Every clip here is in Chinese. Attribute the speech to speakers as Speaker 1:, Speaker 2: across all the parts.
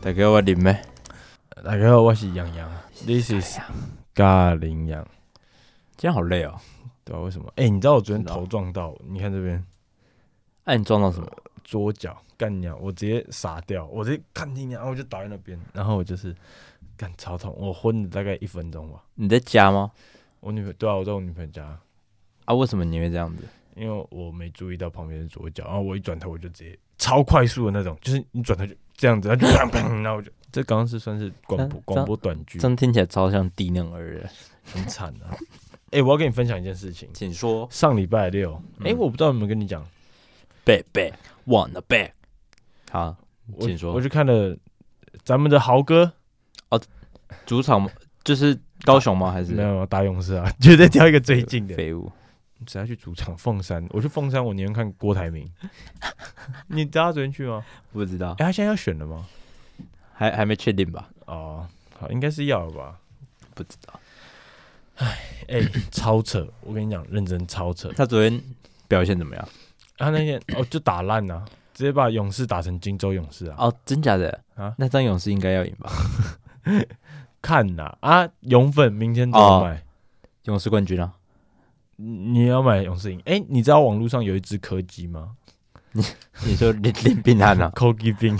Speaker 1: 大家我林咩？
Speaker 2: 大家好，我是杨洋，This is 咖林洋，
Speaker 1: 今天好累哦。
Speaker 2: 对吧、为什么？哎、你知道我昨天头撞到，你看这边
Speaker 1: 哎、你撞到什么？
Speaker 2: 桌角，干鸟，我直接傻掉，我直接看你啊然后我就倒在那边，然后我就是干超痛，我昏了大概一分钟吧。
Speaker 1: 你在家吗？
Speaker 2: 我女朋友对啊，我在我女朋友家，
Speaker 1: 啊，为什么你会这样子？
Speaker 2: 因为我没注意到旁边是左脚，然后我一转头我就直接超快速的那种，就是你转头就这样子，然后就砰砰，然后我就啊这刚刚是算是广播
Speaker 1: 这样
Speaker 2: 广播短剧，
Speaker 1: 真听起来超像低能儿的。
Speaker 2: 很惨啊。 哎、我要跟你分享一件事情，
Speaker 1: 请说。
Speaker 2: 上礼拜六，哎、
Speaker 1: 嗯
Speaker 2: 我不知道有没有跟你讲，
Speaker 1: Back back wanna back。好，
Speaker 2: 我
Speaker 1: 请说
Speaker 2: 我。去看了咱们的豪哥，
Speaker 1: 主场吗就是高雄吗？还
Speaker 2: 啊
Speaker 1: 是
Speaker 2: 没有打勇士啊， 绝对挑一个最近 的。
Speaker 1: 废物？
Speaker 2: 只要去主场凤山，我去凤山，我宁愿看郭台铭。 你知道他昨天去吗？
Speaker 1: 不知道
Speaker 2: 哎、，他现在要选了吗？
Speaker 1: 还还没确定吧？
Speaker 2: 哦，好，应该是要了吧。
Speaker 1: 不知道。
Speaker 2: 哎、超扯！我跟你讲，认真超扯。
Speaker 1: 他昨天表现怎么样？
Speaker 2: 他那天哦就打烂了、直接把勇士打成荆州勇士啊！
Speaker 1: 哦，真假的
Speaker 2: 啊？
Speaker 1: 那张勇士应该要赢吧？
Speaker 2: 看呐啊，勇粉明天怎么
Speaker 1: 哦
Speaker 2: 买？
Speaker 1: 勇士冠军啊！
Speaker 2: 你你要买勇士赢？哎、你知道网络上有一只柯基吗？
Speaker 1: 你说林 林病汉啊？
Speaker 2: c o g i 兵，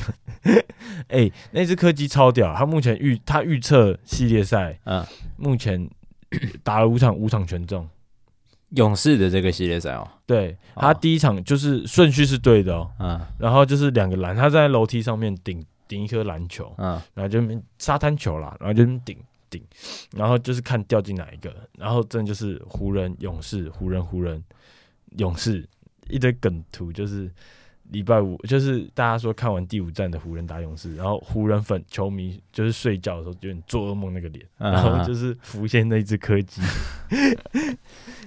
Speaker 2: 哎、那只柯基超屌，他目前预他预测系列赛，
Speaker 1: 嗯
Speaker 2: 目前打了五场，五场全中。
Speaker 1: 勇士的这个系列赛哦，
Speaker 2: 对他
Speaker 1: 哦
Speaker 2: 第一场就是顺序是对的哦，
Speaker 1: 嗯
Speaker 2: 然后就是两个篮，他在楼梯上面顶顶一颗篮球，
Speaker 1: 嗯，
Speaker 2: 然后就那边沙滩球啦，然后就那边顶顶，然后就是看掉进哪一个，然后真的就是湖人、勇士、湖人、湖人、勇士一堆梗图，就是礼拜五，就是大家说看完第五站的湖人打勇士，然后湖人粉球迷就是睡觉的时候有点做噩梦那个脸，
Speaker 1: 啊
Speaker 2: 然后就是是浮现那只柯基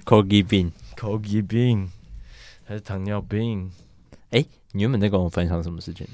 Speaker 1: Kogi Bean。
Speaker 2: 柯基病还是糖尿病，
Speaker 1: 你原本在跟我分享什么事情？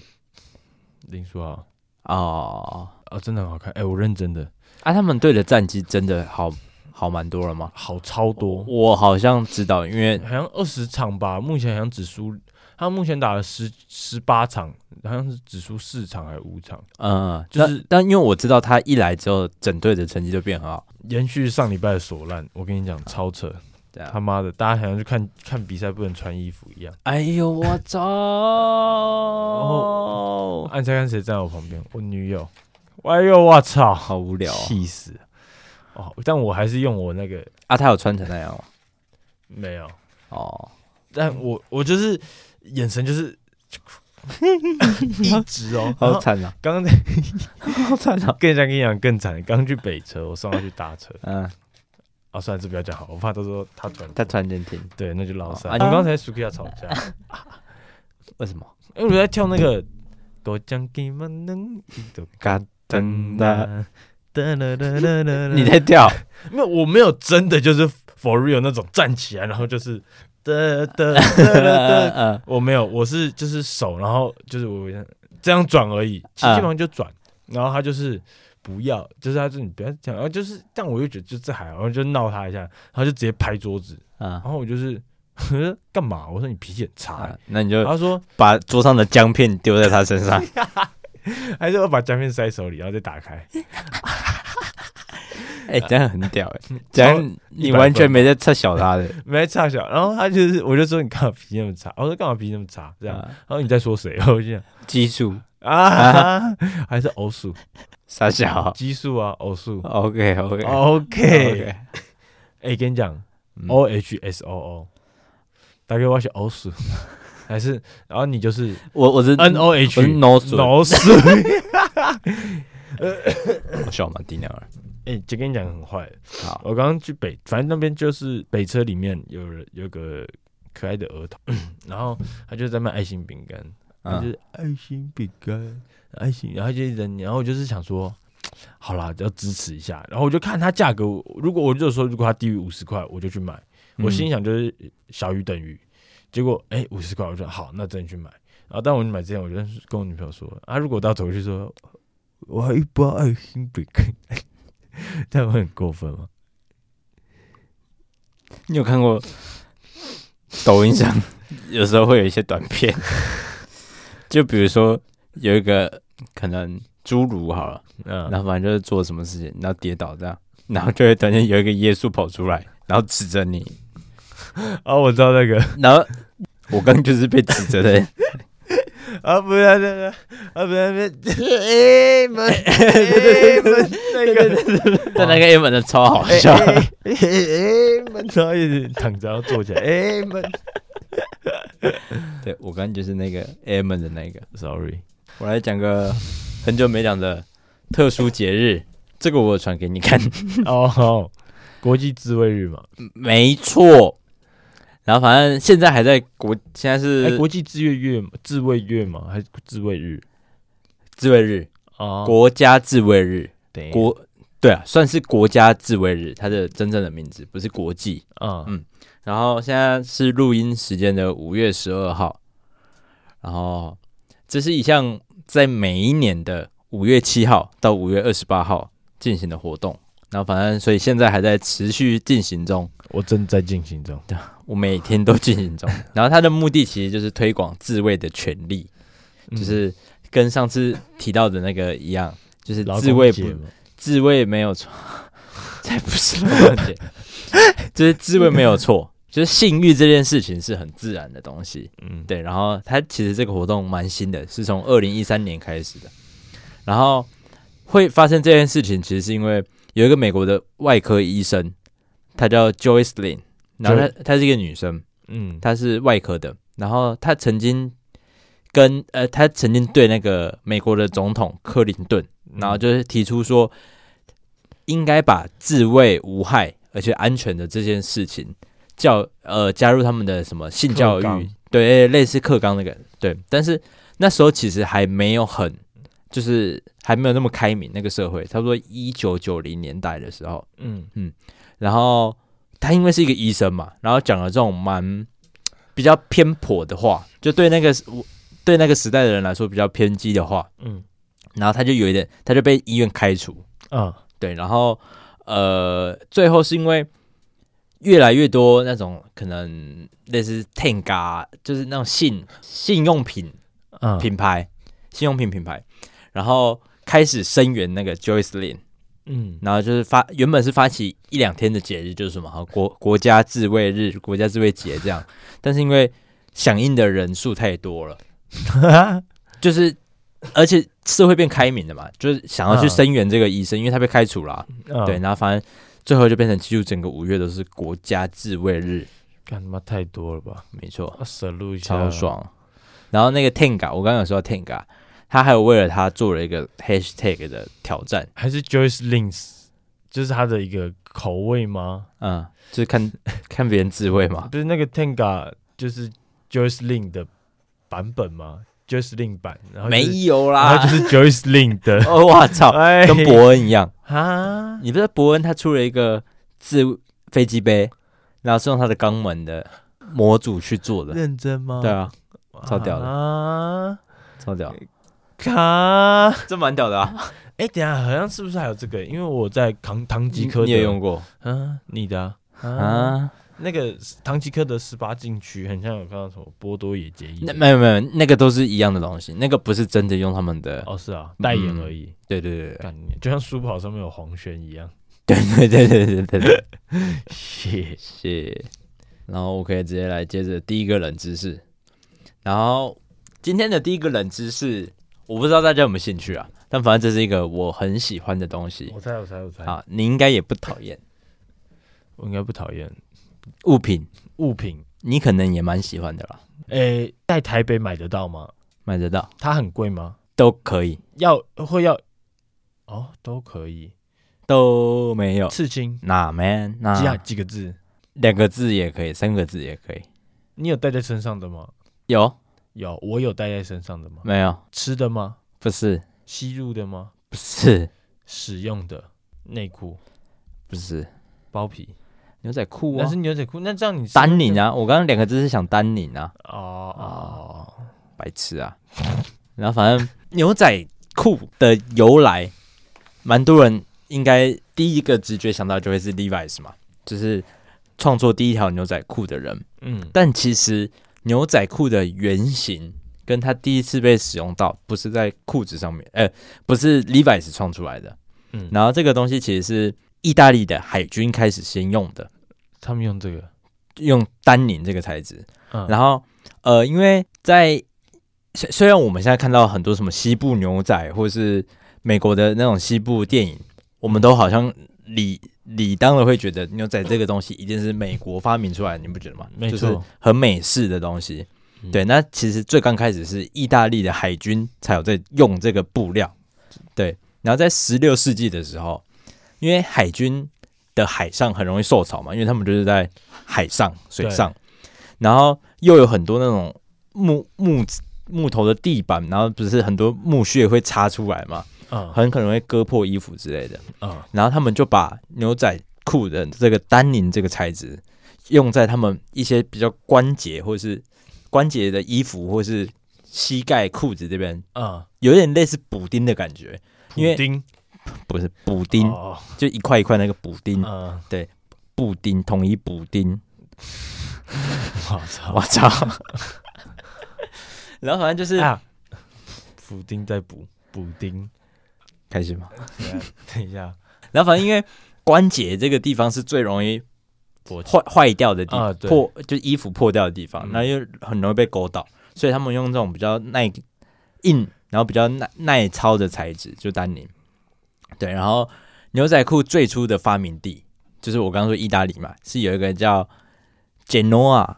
Speaker 2: 林书豪
Speaker 1: 哦，
Speaker 2: 啊，真的很好看，哎、我认真的
Speaker 1: 啊，他们队的战绩真的好好蛮多了吗？
Speaker 2: 好超多，
Speaker 1: 我好像知道，因为
Speaker 2: 好像二十场吧，目前好像只输，他目前打了十十八场，好像是只输四场还是五场，
Speaker 1: 嗯，
Speaker 2: 就
Speaker 1: 就是是但因为我知道他一来之后，整队的成绩就变很好。
Speaker 2: 延续上礼拜的锁烂，我跟你
Speaker 1: 啊
Speaker 2: 讲超扯，
Speaker 1: 这
Speaker 2: 他
Speaker 1: 样，
Speaker 2: 妈的，大家好像去看看比赛不能穿衣服一样。
Speaker 1: 哎呦我操！
Speaker 2: 啊，你猜看谁站在我旁边？我女友。哎呦我操，
Speaker 1: 好无聊哦
Speaker 2: 气死！哦，但我还是用我那个
Speaker 1: 啊！他有穿成那样哦
Speaker 2: 没有，
Speaker 1: 哦，
Speaker 2: 但我我就是眼神就是 一直哦，然
Speaker 1: 好
Speaker 2: 后
Speaker 1: 惨啊，
Speaker 2: 刚刚在
Speaker 1: 好惨啊！
Speaker 2: 更像跟你讲更惨，刚去北车，我送他去搭车。
Speaker 1: 嗯，
Speaker 2: 啊，算了，这不要讲好，我怕到时候他转
Speaker 1: 他突然间停，
Speaker 2: 对，那就老三。
Speaker 1: 啊
Speaker 2: 你
Speaker 1: 你
Speaker 2: 们刚才 s u k i 吵 架，
Speaker 1: 为什么？
Speaker 2: 因为我在跳那个。我讲给们能
Speaker 1: 嘎
Speaker 2: 噔
Speaker 1: 噔
Speaker 2: 哒
Speaker 1: 哒，
Speaker 2: 啊哒啦啦啦啦啦。
Speaker 1: 你在 跳？
Speaker 2: 没有？我没有真的就是 for real 那种站起来，然后就是哒哒哒哒 哒。
Speaker 1: 嗯，
Speaker 2: 我没有，我是就是手，然后就是我这样转而已，基本上就转。
Speaker 1: 嗯
Speaker 2: 然后他就是不要，就是他说你不要这样，然后就是，但我又觉得就这还好，然后就闹他一下，然后就直接拍桌子，
Speaker 1: 嗯
Speaker 2: 然后我就是 我说干嘛？我说你脾气很差、欸
Speaker 1: 啊。，那你就
Speaker 2: 他说
Speaker 1: 把桌上的姜片丢在他身上。
Speaker 2: 还是要把姜片塞手里，然后再打开。
Speaker 1: 哎、这样很屌哎、这样你完全没在测小他的，
Speaker 2: 没差小，然后他就是，我就说你干嘛脾气那么差？我说干嘛脾气那么差？ 这样，
Speaker 1: 啊
Speaker 2: 然后你在说谁？我就想
Speaker 1: 激素
Speaker 2: 啊，还是偶数、
Speaker 1: 傻小。
Speaker 2: 奇数啊，偶数。啊
Speaker 1: OK OK
Speaker 2: OK，哎、跟你讲
Speaker 1: 嗯
Speaker 2: ，O H S O O，大概我是偶数，还是然后你就是
Speaker 1: 我我是
Speaker 2: N O
Speaker 1: 我
Speaker 2: H
Speaker 1: 是 no 数
Speaker 2: 偶数。
Speaker 1: 我小马丁鸟儿。
Speaker 2: 哎，姐跟你讲很坏，
Speaker 1: 好，
Speaker 2: 我刚刚去北，反正那边就是北车里面有人有个可爱的儿童， 然后他就在卖爱心饼干，他就
Speaker 1: 嗯，
Speaker 2: 是爱心饼干，爱心，然后他就一直在念然后我就是想说，好啦，要支持一下，然后我就看它价格，我如果我就说如果它低于五十块，我就去买，
Speaker 1: 嗯
Speaker 2: 我心想就是小于等于，结果哎五十块，我说好，那真的去买，然后但我买之前，我就跟我女朋友说，啊，如果到头去说我还有一包爱心饼干， 这样会很过分哦吗？
Speaker 1: 你有看过抖音上有 时候会有一些短片，就比如说有一个可能侏儒好了，
Speaker 2: 嗯，
Speaker 1: 然后反正就是做什么事情，然后跌倒这样，然后就会突然间有一个耶稣跑出来，然后指着你，
Speaker 2: 哦，我知道那个，
Speaker 1: 然后我刚刚就是被指着的人，
Speaker 2: 啊，不要那个，啊，不要那个，哎门，哎门，那个，
Speaker 1: 但那个 A 文的超好
Speaker 2: 哎
Speaker 1: 笑，
Speaker 2: 哎哎门，然后一直躺着，然后坐起来，哎门哎
Speaker 1: 对我刚刚就是那个 A 文的那个。
Speaker 2: ，sorry，
Speaker 1: 我来讲个很久没讲的特殊节日，这个我有传给你看。
Speaker 2: 哦，好国际自卫日
Speaker 1: 嗯
Speaker 2: 嘛，
Speaker 1: 没错。然后反正现在还在国，现在
Speaker 2: 哎，
Speaker 1: 是
Speaker 2: 国际自卫月嘛，自卫月嘛，还是自卫日
Speaker 1: 自卫日，
Speaker 2: 啊？
Speaker 1: 国家自卫日，
Speaker 2: 等
Speaker 1: 国对啊，算是国家自卫日，它的真正的名字不是国际。
Speaker 2: 啊，
Speaker 1: 然后现在是录音时间的五月十二号，然后这是一项在每一年的五月七号到五月二十八号进行的活动。然后反正所以现在还在持续进行中，
Speaker 2: 我正在进行中，
Speaker 1: 我每天都进 行中。然后它的目的其实就是推广自卫的权利，
Speaker 2: 嗯
Speaker 1: 就是跟上次提到的那个一样，就是
Speaker 2: 劳
Speaker 1: 自
Speaker 2: 工
Speaker 1: 卫
Speaker 2: 节
Speaker 1: 不
Speaker 2: 嘛
Speaker 1: 自卫没有错， 才不是劳动节，就是自卫没有错，就是性欲这件事情是很自然的东西。
Speaker 2: 嗯，
Speaker 1: 对，然后它其实这个活动蛮新的，是从二零一三年开始的。然后会发生这件事情，其实是因为有一个美国的外科医生，她叫 Joyce Lin，然后她她是一个女生，
Speaker 2: 嗯，
Speaker 1: 她是外科的，然后她曾经跟呃，她曾经对那个美国的总统克林顿，然后就是提出说，应该把自卫无害而且安全的这件事情教呃加入他们的什么性教
Speaker 2: 课
Speaker 1: 育
Speaker 2: 纲，
Speaker 1: 对，类似课纲那个对，但是那时候其实还没有很。就是还没有那么开明，那个社会差不多一九九零年代的时候，
Speaker 2: 嗯
Speaker 1: 然后他因为是一个医生嘛，然后讲了这种蛮比较偏颇的话，就对那个对那个时代的人来说比较偏激的话，
Speaker 2: 嗯
Speaker 1: 然后他就有一点，他就被医院开除。
Speaker 2: 啊，
Speaker 1: 对，然后呃，最后是因为越来越多那种可能类似 Tenga，就是那种性性用品
Speaker 2: 啊
Speaker 1: 品牌、性用品品牌，然后开始声援那个 Joyce Lin。
Speaker 2: 嗯
Speaker 1: 然后就是发原本是发起一两天的节日，就是什么好国国家自卫日、国家自卫节这样，但是因为响应的人数太多了，就是而且社会变开明了嘛，就是想要去
Speaker 2: 嗯
Speaker 1: 声援这个医生，因为他被开除了啊、
Speaker 2: 啊
Speaker 1: 对，，然后反正最后就变成记住整个五月都是国家自卫日，
Speaker 2: 干他妈太多了吧？
Speaker 1: 没错，
Speaker 2: 啊，省路一下，
Speaker 1: 超爽。然后那个 Tenga，我刚刚有说到 Tenga，他还有为了他做了一个 hashtag 的挑战，
Speaker 2: 还是 Joyce Links，就是他的一个口味吗？
Speaker 1: 嗯，就是看看别人自卫嘛，
Speaker 2: 不是那个 Tenga 就是 Joyce Lin 的版本吗？Joyce Lin 版，然后就
Speaker 1: 没
Speaker 2: 是
Speaker 1: 有啦
Speaker 2: 然，后就是 Joyce Lin 的，
Speaker 1: 哦，我操，
Speaker 2: 哎
Speaker 1: 跟伯恩一样。
Speaker 2: 啊，
Speaker 1: 你不知道伯恩他出了一个自飞机杯，然后是用他的肛门的模组去做的。
Speaker 2: 认真吗？
Speaker 1: 对，啊，超屌的
Speaker 2: 啊！
Speaker 1: 超屌，
Speaker 2: 卡，
Speaker 1: 这蛮屌的啊！
Speaker 2: 哎，等一下好像是不是还有这个？因为我在唐唐吉诃德，
Speaker 1: 你也用过
Speaker 2: 啊，你的啊啊
Speaker 1: 啊？
Speaker 2: 那个唐吉诃德十八禁区，很像有看到什么波多野结衣
Speaker 1: 那。没有没有，那个都是一样的东西，那个不是真的用他们的。
Speaker 2: 哦，是啊，
Speaker 1: 嗯
Speaker 2: 代言而已，
Speaker 1: 对对对对
Speaker 2: 概念就像书跑上面有黄轩一样。
Speaker 1: 对对对对对对，
Speaker 2: 谢，
Speaker 1: 是。然后我可以直接来接着第一个冷知识。然后今天的第一个冷知识，我不知道大家有没有兴趣啊，但反正这是一个我很喜欢的东西。
Speaker 2: 我猜，我猜，我猜，
Speaker 1: 啊，你应该也不讨厌
Speaker 2: 我应该不讨厌
Speaker 1: 物品，
Speaker 2: 物品。
Speaker 1: 你可能也蛮喜欢的啦，
Speaker 2: 诶、在台北买得到吗？
Speaker 1: 买得到
Speaker 2: 它很贵吗？
Speaker 1: 都可以，
Speaker 2: 要会要哦，都可以。
Speaker 1: 都没有。
Speaker 2: 刺青
Speaker 1: 哪 man
Speaker 2: 几啊
Speaker 1: 哪
Speaker 2: 几个字？
Speaker 1: 两个字也可以，三个字也可以，
Speaker 2: 你有带在身上的吗？
Speaker 1: 有
Speaker 2: 有，我有带在身上的吗？
Speaker 1: 没有？
Speaker 2: 吃的吗？
Speaker 1: 不是
Speaker 2: 吸入的吗？
Speaker 1: 不是
Speaker 2: 使用的内裤、
Speaker 1: 不是
Speaker 2: 包皮，
Speaker 1: 牛仔裤
Speaker 2: 那
Speaker 1: 啊
Speaker 2: 是，牛仔裤。那这样你是
Speaker 1: 丹宁啊，我刚刚两个字是想丹宁啊，
Speaker 2: 哦哦，
Speaker 1: 白痴啊。然后反正牛仔裤的由来，蛮多人应该第一个直觉想到就会是 Levi's 嘛，就是创作第一条牛仔裤的人。
Speaker 2: 嗯
Speaker 1: 但其实牛仔裤的原型跟它第一次被使用到不是在裤子上面，呃，不是 Levi's 创出来的。
Speaker 2: 嗯
Speaker 1: 然后这个东西其实是意大利的海军开始先用的，
Speaker 2: 他们用这个，
Speaker 1: 用丹宁这个材质。
Speaker 2: 嗯，
Speaker 1: 然后呃，因为在虽虽然我们现在看到很多什么西部牛仔或是美国的那种西部电影，我们都好像理理当的会觉得牛仔这个东西一定是美国发明出来的，你不觉得吗？
Speaker 2: 没
Speaker 1: 就是
Speaker 2: 错，
Speaker 1: 很美式的东西。
Speaker 2: 嗯
Speaker 1: 对，那其实最刚开始是意大利的海军才有在用这个布料，对。然后在十六世纪的时候，因为海军的海上很容易受潮嘛，因为他们就是在海上、水上，然后又有很多那种木木木头的地板，然后不是很多木屑会插出来嘛，
Speaker 2: 嗯
Speaker 1: 很可能会割破衣服之类的。
Speaker 2: 嗯，
Speaker 1: 然后他们就把牛仔裤的这个丹宁这个材质用在他们一些比较关节或是关节的衣服或是膝盖裤子这边，
Speaker 2: 嗯，
Speaker 1: 有点类似补丁的感觉，因为
Speaker 2: 补丁
Speaker 1: 不是补丁，
Speaker 2: 哦
Speaker 1: 就一块一块那个补丁，
Speaker 2: 嗯，
Speaker 1: 布丁统一补丁，
Speaker 2: 我操
Speaker 1: 我，操！ 然后反正就是、
Speaker 2: 啊，补丁再补补 丁，
Speaker 1: 开心吗？
Speaker 2: 啊等一下
Speaker 1: 然后反正因为关节这个地方是最容易
Speaker 2: 破
Speaker 1: 坏坏掉的地方，
Speaker 2: 啊对
Speaker 1: 破就衣服破掉的地方
Speaker 2: 嗯，
Speaker 1: 然后又很容易被勾到，所以他们用这种比较耐硬，然后比较耐耐操的材质，就丹宁。对，然后牛仔裤最初的发明地就是我刚刚说意大利嘛，是有一个叫 Genoa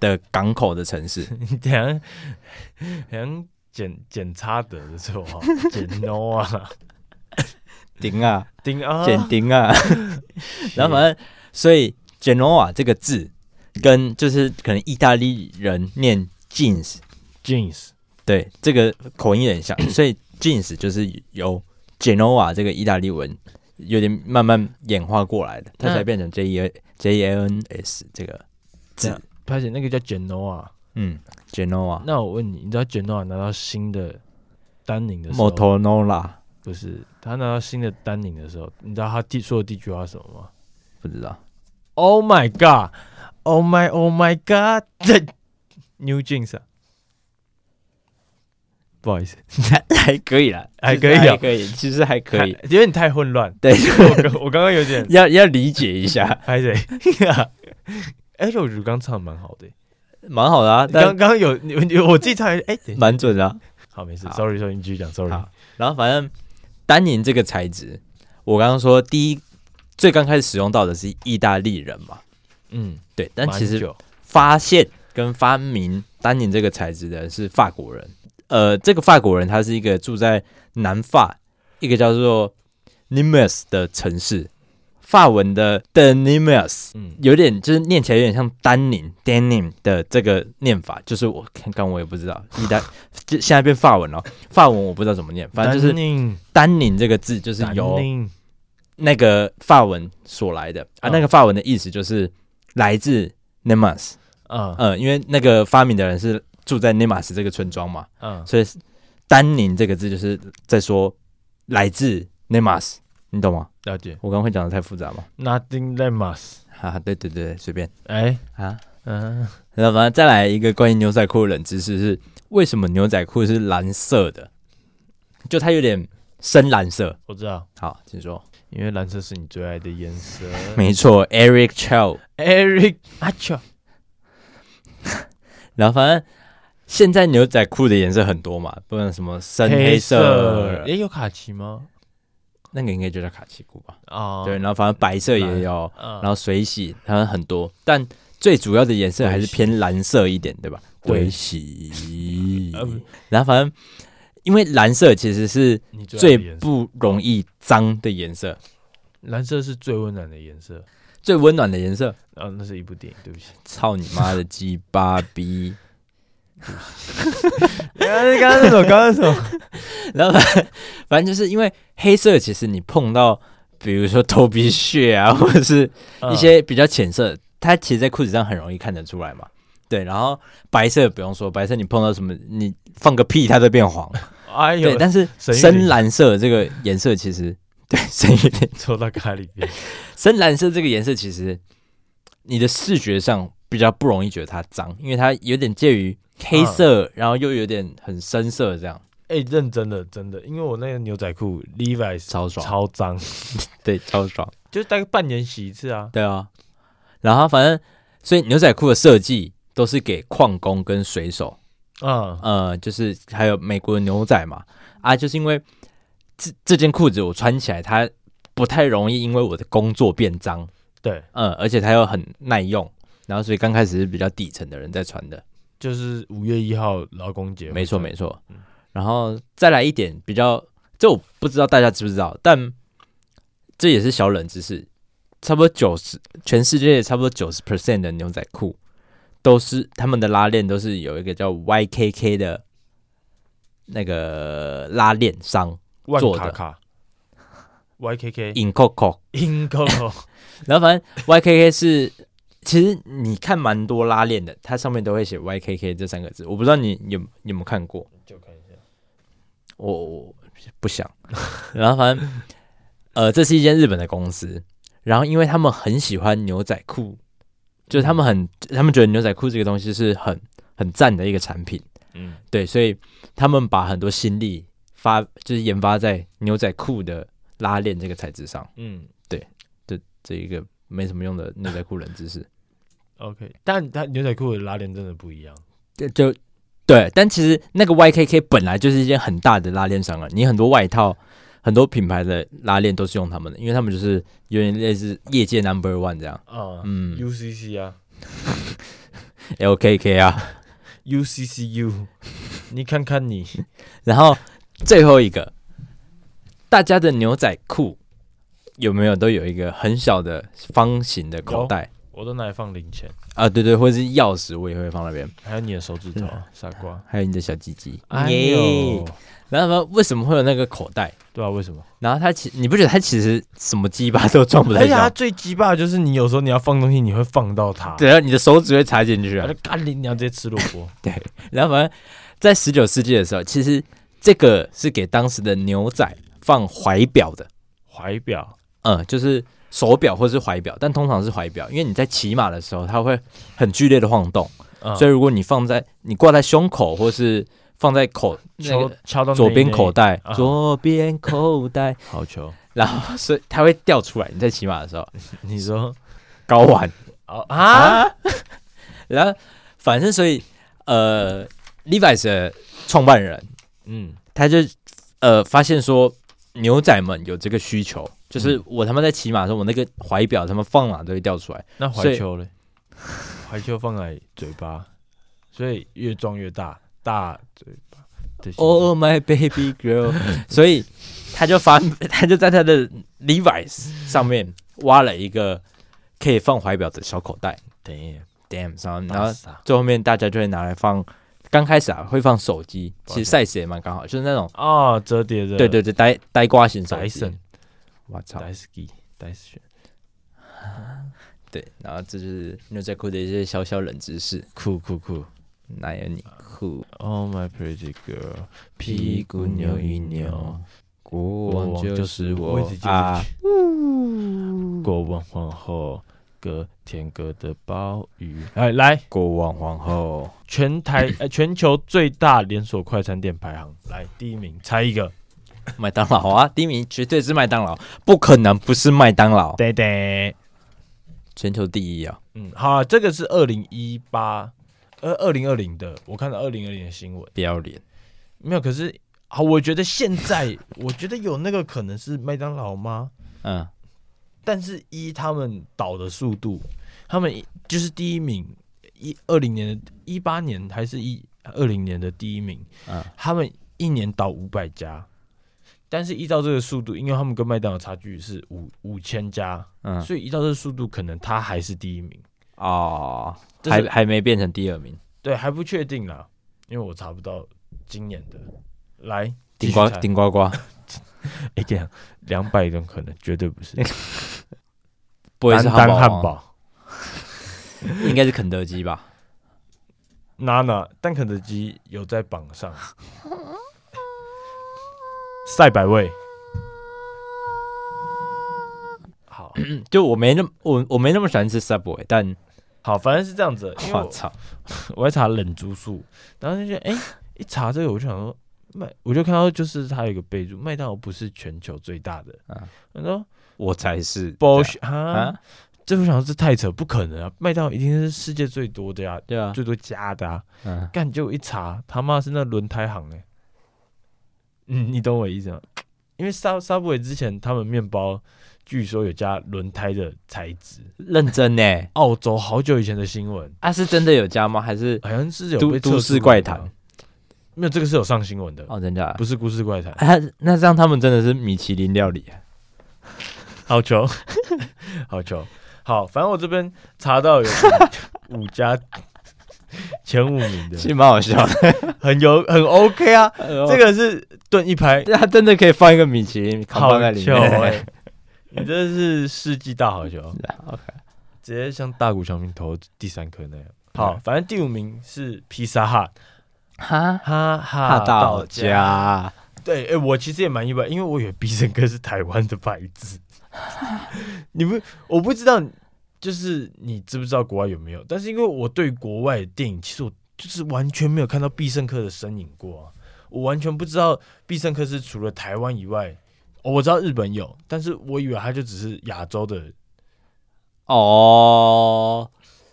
Speaker 1: 的港口的城市，
Speaker 2: 你等一下， 好像检检查德的时候 啊，检 no 啊，
Speaker 1: 丁啊，
Speaker 2: 丁啊，
Speaker 1: 简丁 啊。然后反正，所以 Genoa 这个字跟就是可能意大利人念 jeans，
Speaker 2: jeans
Speaker 1: 对这个口音有点像， 所以 jeans 就是由 Genoa 这个意大利文有点慢慢演化过来的，它才
Speaker 2: 那
Speaker 1: 变成 J E J A N S 这个字
Speaker 2: 这样拍姐那个叫 Genoa，
Speaker 1: 嗯 Genoa
Speaker 2: 那我问你，你知道 Genoa 拿到新的丹宁的时候，
Speaker 1: Motorola
Speaker 2: 不是他拿到新的丹宁的时候，你知道他第说的第一句话是什么吗
Speaker 1: 不知道
Speaker 2: ？Oh my god，Oh my Oh my God，New jeans 啊，不好意思，
Speaker 1: 还可以啦，
Speaker 2: 还
Speaker 1: 其实
Speaker 2: 可以啊
Speaker 1: 还可以，其实还可以，
Speaker 2: 太，有点太混乱，
Speaker 1: 对，
Speaker 2: 我刚我刚刚有点
Speaker 1: 要要理解一下，
Speaker 2: 拍谁？而且我觉得刚唱的蛮好的、
Speaker 1: 蛮好的啊，
Speaker 2: 刚
Speaker 1: 但
Speaker 2: 刚有你你我自 己唱还是哎、等一下
Speaker 1: 蛮准的啊。
Speaker 2: 好没事
Speaker 1: 好
Speaker 2: ，sorry sorry，你继续讲，sorry，
Speaker 1: 好然后反正丹宁这个材质，我刚刚说第一最刚开始使用到的是意大利人嘛，
Speaker 2: 嗯，
Speaker 1: 对，但其
Speaker 2: 蛮
Speaker 1: 实
Speaker 2: 久
Speaker 1: 发现跟发明丹宁这个材质的人是法国人。呃，这个法国人他是一个住在南法一个叫做 Nimes 的城市，法文的的 Nimes
Speaker 2: 嗯
Speaker 1: 有点就是念起来有点像丹宁 denim 的这个念法，就是我看刚我也不知道，意大就现在变法文了，法文我不知道怎么念，反正就是
Speaker 2: 丹宁
Speaker 1: 丹宁这个字就是
Speaker 2: 丹
Speaker 1: 由
Speaker 2: 宁
Speaker 1: 那个法文所来的啊，
Speaker 2: 嗯
Speaker 1: 那个法文的意思就是来自 Nemas，
Speaker 2: 啊
Speaker 1: 呃，因为那个发明的人是住在 Nemas 这个村庄嘛，
Speaker 2: 啊
Speaker 1: 所以丹宁这个字就是在说来自 Nemas，你懂吗？
Speaker 2: 了解
Speaker 1: 我刚刚会讲的太复杂吗？
Speaker 2: ，nothing l e m a s
Speaker 1: 哈、啊哈，对对对，随便
Speaker 2: 哎
Speaker 1: 啊。
Speaker 2: 嗯、
Speaker 1: 然后反正再来一个关于牛仔裤的冷知识是，为什么牛仔裤是蓝色的？就它有点深蓝色。
Speaker 2: 我知道，
Speaker 1: 好，请说。
Speaker 2: 因为蓝色是你最爱的 颜色。
Speaker 1: 没错，Eric Chow
Speaker 2: Eric 阿乔，
Speaker 1: 然后反正现在牛仔裤的颜色很多嘛，不然什么深黑色，
Speaker 2: 也有卡其吗？
Speaker 1: 那个应该就叫卡其裤吧？
Speaker 2: 啊，
Speaker 1: 对，然后反正白色也有，
Speaker 2: 啊，
Speaker 1: 然后水洗它很多，但最主要的颜色还是偏蓝色一点，对吧？
Speaker 2: 对
Speaker 1: 水洗
Speaker 2: 呃不，
Speaker 1: 然后反正因为蓝色其实是
Speaker 2: 你最爱
Speaker 1: 最
Speaker 2: 的颜色
Speaker 1: 不容易脏的颜色，
Speaker 2: 蓝色是最温暖的颜色。
Speaker 1: 最温暖的颜色。
Speaker 2: 啊，那是一部电影，对不起。
Speaker 1: 操你妈的鸡巴逼！
Speaker 2: 刚刚那首，刚刚那首，
Speaker 1: 然后反反正就是因为黑色，其实你碰到比如说头皮屑啊，或者是
Speaker 2: 嗯
Speaker 1: 一些比较浅色，它其实，在裤子上很容易看得出来嘛。对，然后白色不用说，白色你碰到什么，你放个屁它都变黄。
Speaker 2: 哎
Speaker 1: 对，
Speaker 2: 呦，
Speaker 1: 但是
Speaker 2: 沈玉
Speaker 1: 深
Speaker 2: 琳
Speaker 1: 蓝色这个颜色其实，对，深一点，
Speaker 2: 抽到咖喱边，
Speaker 1: 深蓝色这个颜色其实，你的视觉上比较不容易觉得它脏，因为它有点介于黑色，然后又有点很深色这样，
Speaker 2: 哎、认真的，真的，因为我那个牛仔裤 Levi's
Speaker 1: 超爽，
Speaker 2: 超脏，
Speaker 1: 对，超爽，
Speaker 2: 就是大概半年洗一次啊。
Speaker 1: 对啊。然后反正，所以牛仔裤的设计都是给矿工跟水手，
Speaker 2: 嗯，
Speaker 1: 呃，就是还有美国的牛仔嘛，啊，就是因为这这件裤子我穿起来，它不太容易因为我的工作变脏，
Speaker 2: 对，
Speaker 1: 嗯、而且它又很耐用，然后所以刚开始是比较底层的人在穿的，
Speaker 2: 就是五月一号劳工节，
Speaker 1: 没错没
Speaker 2: 错。
Speaker 1: 错
Speaker 2: 嗯。
Speaker 1: 然后再来一点比较，这我不知道大家知不知道，但这也是小冷知识，差不多九十，全世界差不多九十 percent 的牛仔裤都是他们的拉链都是有一个叫 YKK 的那个拉链商
Speaker 2: 万
Speaker 1: 做
Speaker 2: 卡
Speaker 1: 的
Speaker 2: 卡，YKK
Speaker 1: In Coco，
Speaker 2: In Coco，
Speaker 1: 然后反正 YKK 是，其实你看蛮多拉链的，它上面都会写 YKK 这三个字，我不知道你有有没有看过，
Speaker 2: 就看一下。
Speaker 1: 我我不想。然后反正 呃，这是一间日本的公司，然后因为他们很喜欢牛仔裤，就是他们很他们觉得牛仔裤这个东西是很很赞的一个产品，
Speaker 2: 嗯，
Speaker 1: 对，所以他们把很多心力发就是研发在牛仔裤的拉链这个材质上，
Speaker 2: 嗯
Speaker 1: 这一个没什么用的牛仔裤冷知识。
Speaker 2: ，OK，但它牛仔裤的拉链真的不一样。
Speaker 1: 对，就对，但其实那个 YKK 本来就是一件很大的拉链商啊，你很多外套、很多品牌的拉链都是用他们的，因为他们就是有点类似业界 number one 这样。
Speaker 2: 啊、
Speaker 1: 嗯
Speaker 2: u c c 啊
Speaker 1: LKK 啊，
Speaker 2: ，UCCU，你看看你，
Speaker 1: 然后最后一个，大家的牛仔裤有没有都有一个很小的方形的口袋
Speaker 2: 我都拿来放零钱，
Speaker 1: 啊？对对，或者是钥匙，我也会放那边，
Speaker 2: 还有你的手指头，啊傻瓜。
Speaker 1: 还有你的小鸡鸡。
Speaker 2: 哎
Speaker 1: 耶
Speaker 2: 呦，
Speaker 1: 然后为什么会有那个口袋？
Speaker 2: 对啊，为什么？
Speaker 1: 然后它其你不觉得它其实什么鸡巴都装不太
Speaker 2: 而且
Speaker 1: 下
Speaker 2: 它最鸡巴的就是你有时候你要放东西，你会放到它，，
Speaker 1: 对啊，你的手指会插进去
Speaker 2: 它
Speaker 1: 啊
Speaker 2: 就。干你，你要直接吃萝卜。
Speaker 1: 然后反正，在十九世纪的时候，其实这个是给当时的牛仔放怀表的，
Speaker 2: 怀表，
Speaker 1: 嗯，就是手表或是怀表，但通常是怀表，因为你在骑马的时候，它会很剧烈的晃动，
Speaker 2: 嗯，
Speaker 1: 所以如果你放在你挂在胸口或是放在口那嗯
Speaker 2: 敲
Speaker 1: 个
Speaker 2: 敲到
Speaker 1: 左
Speaker 2: 内
Speaker 1: 边
Speaker 2: 内
Speaker 1: 口，袋
Speaker 2: 啊，
Speaker 1: 左边口袋，
Speaker 2: 好球。
Speaker 1: 然后所以它会掉出来。你在骑马的时候，
Speaker 2: 你说
Speaker 1: 睾丸
Speaker 2: 哦啊，
Speaker 1: 然后反正所以呃，Levi's 的创办人。
Speaker 2: 嗯，
Speaker 1: 他就呃发现说牛仔们有这个需求，就是我他妈在骑马的时候，我那个怀表他们放哪都会掉出来。
Speaker 2: 那怀
Speaker 1: 所以
Speaker 2: 球嘞？怀球放在嘴巴，所以越装越大，大嘴巴的形状。
Speaker 1: Oh my baby girl，所 以他就发他就在他的 Levi's 上面挖了一个可以放怀表的小口袋
Speaker 2: 等一下，
Speaker 1: ，damn son，然
Speaker 2: 打
Speaker 1: 后
Speaker 2: 傻
Speaker 1: 最后面大家就会拿来放。刚开始啊，会放手机，其实 size 也蛮刚好，就是那种
Speaker 2: 哦，折叠的，
Speaker 1: 对对对呆呆瓜型手
Speaker 2: 戴
Speaker 1: 机
Speaker 2: 森。、
Speaker 1: 我操，
Speaker 2: 戴斯基、戴斯选，
Speaker 1: 对，然后这就是牛仔裤的一些小小冷知识。
Speaker 2: 酷酷酷
Speaker 1: 哪有你酷？
Speaker 2: ！Oh my pretty girl，
Speaker 1: 屁股扭一扭，国王就是我
Speaker 2: 位置就是
Speaker 1: 啊！
Speaker 2: 国王皇后，哥天哥的鲍鱼，哎来，
Speaker 1: 国王皇后，
Speaker 2: 全台呃全球最大连锁快餐店排行，来第一名，猜一个，
Speaker 1: 麦当劳啊，第一名绝对是麦当劳，不可能不是麦当劳，
Speaker 2: 对对，
Speaker 1: 全球第一啊！
Speaker 2: 嗯，好啊、这个是二零一八，呃，二零二零的，我看到二零二零的新闻，
Speaker 1: 不要脸，
Speaker 2: 没有，可是啊，我觉得现在，我觉得有那个可能是麦当劳吗？
Speaker 1: 嗯，
Speaker 2: 但是依他们倒的速度，他们一就是第一名，一二零年的一八年还是一二零年的第一名，
Speaker 1: 嗯
Speaker 2: 他们一年倒五百家，但是依照这个速度，因为他们跟麦当劳差距是五五千家，
Speaker 1: 嗯
Speaker 2: 所以依照这个速度，可能他还是第一名，
Speaker 1: 哦，
Speaker 2: 这
Speaker 1: 还
Speaker 2: 是
Speaker 1: 还没变成第二名，
Speaker 2: 对还不确定啦，因为我查不到今年的，来
Speaker 1: 顶呱
Speaker 2: 顶
Speaker 1: 顶呱呱，
Speaker 2: 哎呀，两百种可能绝对不是，
Speaker 1: 不会是
Speaker 2: 丹丹汉
Speaker 1: 堡
Speaker 2: 堡。
Speaker 1: 吗，应该是肯德基吧？
Speaker 2: 娜娜，但肯德基有在榜上。赛百味，好
Speaker 1: 就我没那么我我没那么喜欢吃 Subway，但
Speaker 2: 好，反正是这样子。因为
Speaker 1: 我
Speaker 2: 我
Speaker 1: 操，
Speaker 2: 我在查冷株素，然后就觉得哎、一查这个我就想说麦，我就看到就是它有一个备注，麦当劳不是全球最大的。
Speaker 1: 啊
Speaker 2: 我说
Speaker 1: 我才是
Speaker 2: bullshit
Speaker 1: 啊
Speaker 2: 啊，，这我想说这太扯，不可能啊！麦当劳一定是世界最多的呀、
Speaker 1: 对啊，
Speaker 2: 最多家的啊。
Speaker 1: 嗯，
Speaker 2: 干，结果一查，他妈是那轮胎行哎、嗯，你懂我意思吗？因为 Sub Subway 之前他们面包据说有加轮胎的材质，
Speaker 1: 认真呢，
Speaker 2: 澳洲好久以前的新闻，
Speaker 1: 啊，是真的有加吗？还是
Speaker 2: 好像是有
Speaker 1: 都
Speaker 2: 被测出
Speaker 1: 都市怪谈
Speaker 2: 来的，没有这个是有上新闻的，
Speaker 1: 哦，真的啊？
Speaker 2: 不是都市怪谈，
Speaker 1: 啊，那这样他们真的是米其林料理啊
Speaker 2: 好球， 好球，好，反正我这边查到有五家前五名
Speaker 1: 其
Speaker 2: 的，
Speaker 1: 实蛮好笑 的。
Speaker 2: 很有很 OK 啊，这
Speaker 1: 这
Speaker 2: 个是顿一拍，
Speaker 1: 个他 真的可以放一个米其林烤
Speaker 2: 好
Speaker 1: 棒在里
Speaker 2: 球
Speaker 1: 面。
Speaker 2: 哎，你这是世纪大好球，
Speaker 1: OK，
Speaker 2: 直接像大谷翔平投第三颗那样。好，反正第五名是披萨哈
Speaker 1: 哈
Speaker 2: 哈
Speaker 1: 哈
Speaker 2: 哈
Speaker 1: 到，家，
Speaker 2: 对，哎、我其实也蛮意外，因为我以为必胜客是台湾的牌子。你们我不知道，就是你知不知道国外有没有？但是因为我对国外的电影，其实我就是完全没有看到必胜客的身影过啊，我完全不知道必胜客是除了台湾以外、哦我知道日本有，但是我以为它就只是亚洲的
Speaker 1: 哦，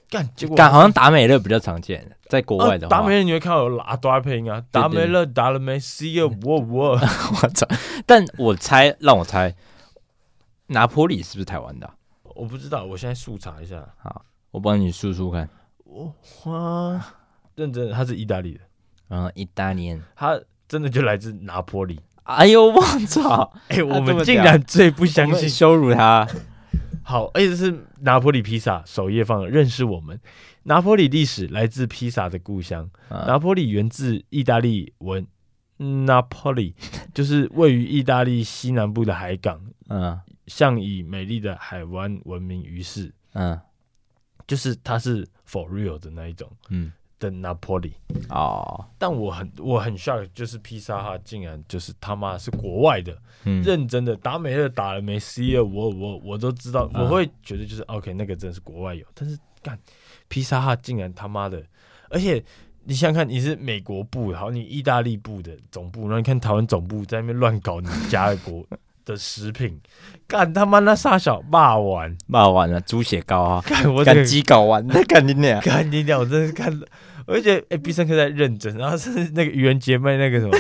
Speaker 2: 干，结果
Speaker 1: 感好像达美乐比较常见，在国
Speaker 2: 啊
Speaker 1: 外的话，
Speaker 2: 达美乐你会看到有拉多配音啊，
Speaker 1: 对
Speaker 2: 达美乐达了没？See you，我我
Speaker 1: 我操！但我猜，让我猜，拿坡里是不是台湾的啊？
Speaker 2: 我不知道，我现在速查一下。
Speaker 1: 我帮你数数看。
Speaker 2: 我哇，认真的，他是意大利的，
Speaker 1: 嗯，意大利。
Speaker 2: 他真的就来自拿坡里。
Speaker 1: 哎呦，我操！
Speaker 2: 哎、
Speaker 1: 么
Speaker 2: 我们竟然最不
Speaker 1: 我
Speaker 2: 相
Speaker 1: 们
Speaker 2: 信。
Speaker 1: 羞辱他。
Speaker 2: 好，而且是拿坡里披萨首页放了认识我们。拿坡里历史来自披萨的故乡，
Speaker 1: 嗯
Speaker 2: 拿坡里源自意大利文 Napoli，就是 位于意大利西南部的海港，
Speaker 1: 嗯
Speaker 2: 向以美丽的海湾闻名于世。
Speaker 1: 嗯
Speaker 2: 就是它是 for real 的那一种
Speaker 1: 嗯，
Speaker 2: 的 Napoli。
Speaker 1: 哦，
Speaker 2: 但我很我很 shock，就是披萨哈竟然就是他妈是国外的，
Speaker 1: 嗯，
Speaker 2: 认真的达美乐打了没 C 了，我我我都知道，
Speaker 1: 嗯
Speaker 2: 我会觉得就是 OK，那个真的是国外有，但是干披萨哈竟然他妈的，而且你想想看，你是美国部，然后你意大利部的总部，然后你看台湾总部在那边乱搞你家的国的食品，干他妈那傻小骂完，
Speaker 1: 骂完了，猪血糕 啊，
Speaker 2: 干我
Speaker 1: 干
Speaker 2: 这
Speaker 1: 鸡搞完，那干你俩。
Speaker 2: 干你娘！我真的是看了，我就觉得哎，必胜客在认真，然后是那个愚人节卖那个什么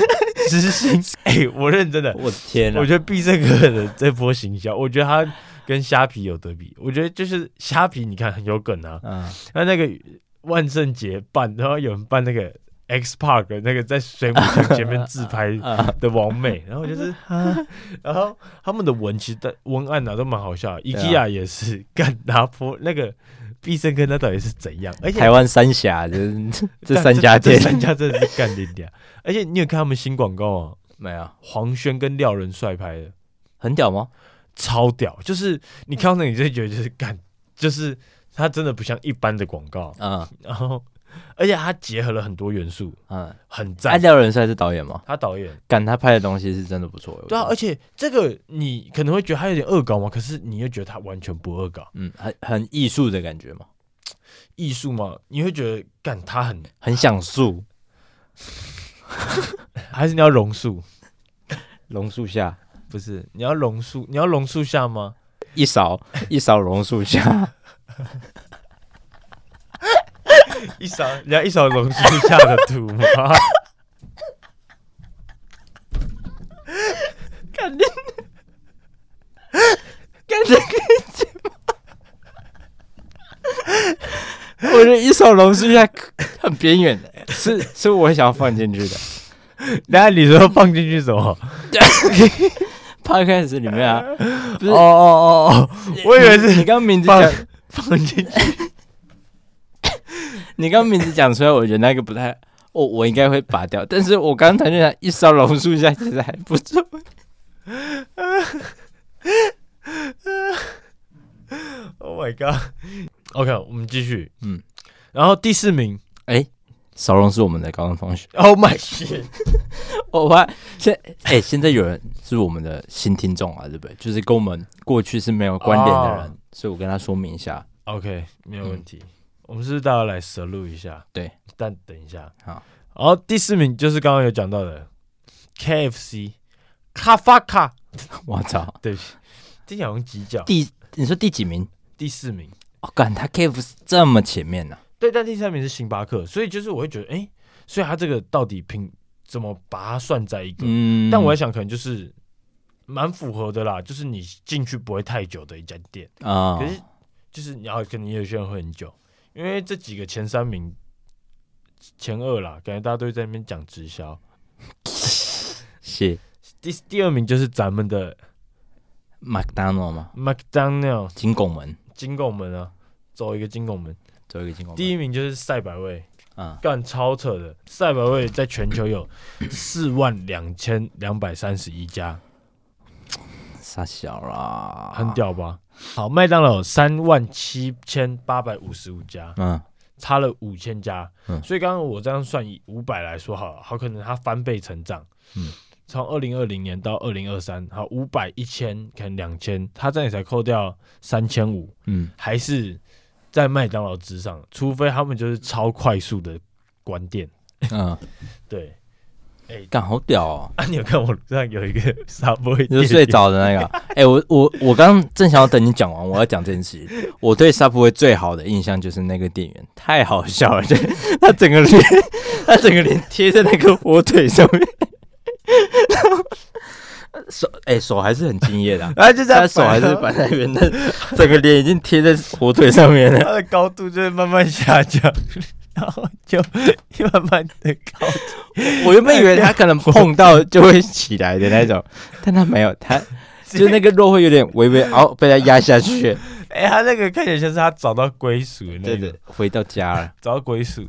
Speaker 2: 知心，哎、我认真的，
Speaker 1: 我的天啊
Speaker 2: 我！觉得必胜客的这波行销，我觉得它跟虾皮有得比。我觉得就是虾皮，你看很有梗啊，
Speaker 1: 嗯，
Speaker 2: 那那个万圣节办，然后有人办那个 X Park 那个在水母墙前面自拍的王美，然后就是，啊然后他们的文其实的文案啊都蛮好笑的
Speaker 1: 啊
Speaker 2: ，IKEA 也是干拿破那个必胜客那到底是怎样？而且
Speaker 1: 台湾三峡这 这
Speaker 2: 干
Speaker 1: 三家
Speaker 2: 这
Speaker 1: 店
Speaker 2: 三家真的是干定点。 而且你有看他们新广告哦，
Speaker 1: 没有
Speaker 2: 黄轩跟廖仁帅拍的。
Speaker 1: 很屌吗？
Speaker 2: 超屌，就是你看到那你就会觉得就是干，就是它真的不像一般的广告，
Speaker 1: 嗯
Speaker 2: 然后而且它结合了很多元素，
Speaker 1: 嗯，
Speaker 2: 很
Speaker 1: 哎，
Speaker 2: 赞。
Speaker 1: 廖仁帅是导演吗？
Speaker 2: 他导演
Speaker 1: 干他拍的东西是真的不错。我
Speaker 2: 对啊，
Speaker 1: 觉得
Speaker 2: 而且这个你可能会觉得他有点恶搞嘛，可是你又觉得他完全不恶搞，
Speaker 1: 嗯，很很艺术的感觉嘛，
Speaker 2: 艺术嘛，你会觉得干他很
Speaker 1: 很想素。
Speaker 2: 还是你要榕树，
Speaker 1: 榕树下
Speaker 2: 不是你要榕树，你要榕树下吗？
Speaker 1: 一扫一扫榕树下，
Speaker 2: 一勺你要一勺榕树下的土吗？
Speaker 1: 干你！干你！我觉得一扫榕树下很边缘的，是是我想要放进去 的。
Speaker 2: 然后你说放进去什么？
Speaker 1: Podcast 里面啊，不是
Speaker 2: 哦哦哦哦，我以为
Speaker 1: 你
Speaker 2: 是
Speaker 1: 刚刚名字
Speaker 2: 放
Speaker 1: 讲，
Speaker 2: 放进去。
Speaker 1: 你刚刚名字讲出来，我觉得那个不太，我我应该会拔掉。但是我刚才就想一扫榕树下，其实还不 错。
Speaker 2: Oh my god！OK，我们继续。嗯
Speaker 1: 嗯，
Speaker 2: 然后第四名
Speaker 1: 扫榕是我们的高中同学，
Speaker 2: ，Oh my shit！
Speaker 1: 我发现哎、现在有人是我们的新听众啊，对不对？就是跟我们过去是没有关联的人，
Speaker 2: 哦
Speaker 1: 所以我跟他说明一下。嗯
Speaker 2: OK，没有问题。我们是不是大家来舌录一下，
Speaker 1: 对，
Speaker 2: 但等一下，
Speaker 1: 好，
Speaker 2: 然后第四名就是刚刚有讲到的 KFC，卡发卡，
Speaker 1: 我操，
Speaker 2: 对不起，听起来好像鸡脚，第
Speaker 1: 第你说第几名？
Speaker 2: 第四名，
Speaker 1: 哦，干他 KFC 这么前面啊呢、
Speaker 2: 对，但第三名是星巴克，所以就是我会觉得，哎、所以它这个到底评怎么把它算在一个？
Speaker 1: 嗯，
Speaker 2: 但我在想，可能就是蛮符合的啦，就是你进去不会太久的一家店。
Speaker 1: 啊、
Speaker 2: 可是就是你要可能也有些人会很久，因为这几个前三名、前二啦，感觉大家都在那边讲直销。
Speaker 1: 是
Speaker 2: 第第二名就是咱们的
Speaker 1: 麦当劳吗？
Speaker 2: McDonald
Speaker 1: 金拱门，
Speaker 2: 金拱门啊，走一个金拱门。
Speaker 1: 走一个金拱门。
Speaker 2: 第
Speaker 1: 一，
Speaker 2: 一名就是赛百味，
Speaker 1: 嗯，
Speaker 2: 干超扯的，赛百味在全球有四万两千两百三十一家，
Speaker 1: 傻小啦，
Speaker 2: 很。屌吧？好，麦当劳三万七千八百五十五家，
Speaker 1: 嗯，
Speaker 2: 差了五千家，
Speaker 1: 嗯
Speaker 2: 所以刚刚我这样算以五百来说好了，好可能它翻倍成长，
Speaker 1: 嗯
Speaker 2: 从二零二零年到二零二三，好五百一千可能两千，它这里才扣掉三千五，
Speaker 1: 嗯，
Speaker 2: 还是在麦当劳之上，除非他们就是超快速的关店，
Speaker 1: 嗯，
Speaker 2: 对。
Speaker 1: 干好屌哦！
Speaker 2: 啊，你有看我上有一个 Subway，
Speaker 1: 你就睡 着的 那个。哎、我我我刚刚正想要等你讲完，我要讲这件事情。我对 Subway 最好的印象就是那个店员太好笑了，就是他整个脸，他整个脸贴在那个火腿上面，然后手哎、手还是很敬业的啊、
Speaker 2: 然后就 这
Speaker 1: 他
Speaker 2: 样
Speaker 1: 手还 是摆在那边，但整个脸已经贴在火腿上面了。
Speaker 2: 它的高度就会慢慢下降，然后就慢慢的高。
Speaker 1: 我原本以为他可能碰到就会起来的那种，但他没有，他 就是那个肉会有点微微凹，被他压下去。
Speaker 2: 哎、他那个看起来像是他找到归属的那
Speaker 1: 对
Speaker 2: 个，
Speaker 1: 对，回到家了。
Speaker 2: 找到归属。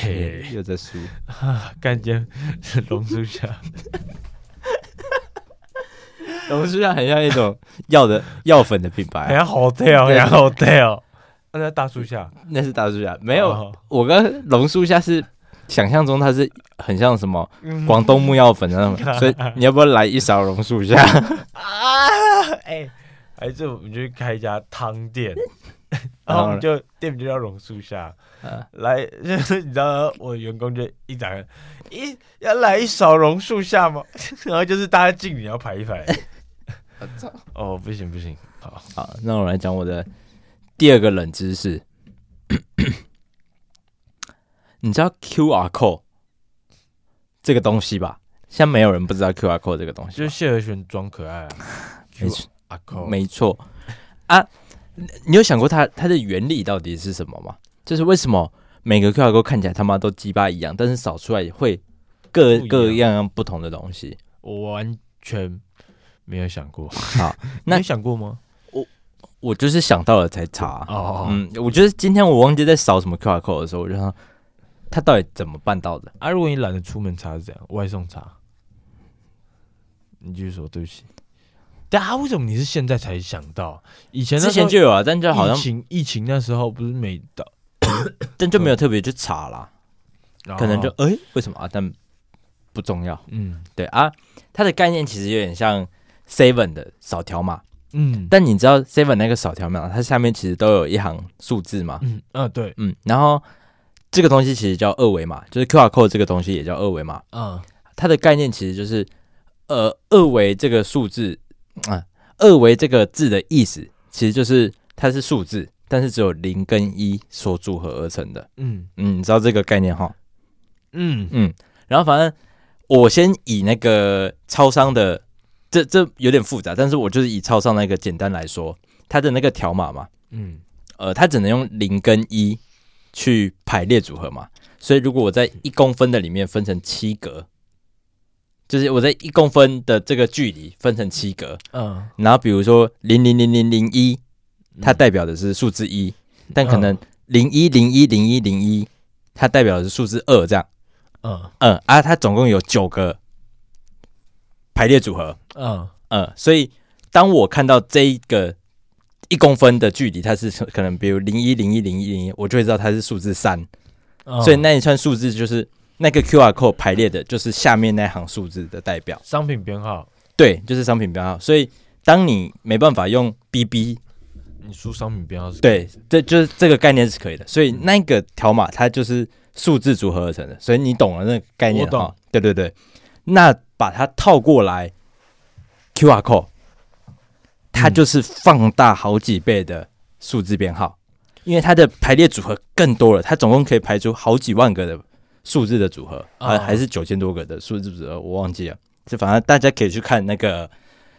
Speaker 2: 嘿，
Speaker 1: 又在输。
Speaker 2: 啊，干见龙珠侠，
Speaker 1: 龙须上很像一种药 的药粉的品
Speaker 2: 哎
Speaker 1: 牌，啊
Speaker 2: 呀，好屌，
Speaker 1: 对
Speaker 2: 呀，好屌。那在大树下
Speaker 1: 那是大树下。没有，
Speaker 2: 哦
Speaker 1: 我跟龙树下是想象中它是很像什么
Speaker 2: 嗯
Speaker 1: 广东木药粉那 种，所以你要不要来一勺龙树下？
Speaker 2: 啊，哎、还是我们就去开一家汤店，然后我们就店名就叫榕树下。
Speaker 1: 啊
Speaker 2: 来，就是你知道我的员工就一打开，一要来一勺榕树下吗？ 然后就是大家敬礼要排一排。哦，不行不行，好，
Speaker 1: 好，那我来讲我的第二个冷知 识。你知道 QR code 这个东西吧？现在没有人不知道 QR code 这个东西吧，
Speaker 2: 就是谢和弦装可爱、啊，
Speaker 1: 没错
Speaker 2: 阿扣
Speaker 1: 没错啊，你你有想过它它的原理到底是什么吗？就是为什么每个 QR code 看起来他妈都鸡巴一样，但是扫出来也会各
Speaker 2: 不一样
Speaker 1: 各样样不同的东西？
Speaker 2: 我完全没有想过。
Speaker 1: 好，
Speaker 2: 你
Speaker 1: 那
Speaker 2: 有想过吗？
Speaker 1: 我就是想到了才查。
Speaker 2: 哦，
Speaker 1: 嗯，我觉得今天我忘记在扫什么 QR code 的时候，我就想它到底怎么办到的？
Speaker 2: 啊，如果你懒得出门查是怎样？外送查？你继续说，对不起。但啊，为什么你是现在才想到？以前那
Speaker 1: 之
Speaker 2: 时候
Speaker 1: 前就有啊，但就好
Speaker 2: 疫
Speaker 1: 像
Speaker 2: 情疫情那时候不是每到，
Speaker 1: 但就没有特别去查啦，
Speaker 2: 然后
Speaker 1: 可能就哎、为什么啊？但不重要。
Speaker 2: 哦嗯
Speaker 1: 对啊，它的概念其实有点像 Seven 的扫条码，
Speaker 2: 嗯
Speaker 1: 但你知道 Seven 那个扫条码，它下面其实都有一行数字嘛？
Speaker 2: 嗯啊对
Speaker 1: 嗯，然后这个东西其实叫二维码，就是 QR code 这个东西也叫二维码。
Speaker 2: 啊
Speaker 1: 它的概念其实就是，呃，二维这个数字啊、二维这个字的意思其实就是它是数字，但是只有零跟一所组合而成的。
Speaker 2: 嗯
Speaker 1: 嗯，你知道这个概念哈？
Speaker 2: 嗯
Speaker 1: 嗯，然后反正我先以那个超商的，这这有点复杂，但是我就是以超商那个简单来说，它的那个条码嘛，
Speaker 2: 嗯
Speaker 1: 呃，它只能用零跟一去排列组合嘛，所以如果我在一公分的里面分成七格，就是我在一公分的这个距离分成七格，
Speaker 2: 嗯
Speaker 1: 然后比如说零零零零零一，它代表的是数字一，但可能零一零一零一零一，它代表的是数字二这样。
Speaker 2: 嗯
Speaker 1: 嗯啊，它总共有九个排列组合，
Speaker 2: 嗯
Speaker 1: 嗯，所以当我看到这一个一公分的距离，它是可能比如零一零一零一零一，我就会知道它是数字三、
Speaker 2: 嗯，
Speaker 1: 所以那一串数字就是那个 QR code 排列的，就是下面那行数字的代表，
Speaker 2: 商品编号
Speaker 1: 对，就是商品标号。所以当你没办法用 BB
Speaker 2: 你说商品编号是
Speaker 1: 对，这就是这个概念是可以的。所以
Speaker 2: 嗯
Speaker 1: 那个条码它就是数字组合而成的，所以你懂了那个概念
Speaker 2: 我懂
Speaker 1: 哈？对对对，那把它套过来，QR code，它就是放大好几倍的数字编号，因为它的排列组合更多了，它总共可以排出好几万个的数字的组合，还、
Speaker 2: 啊
Speaker 1: 还是九千多个的数字组合，我忘记了。这反正大家可以去看那个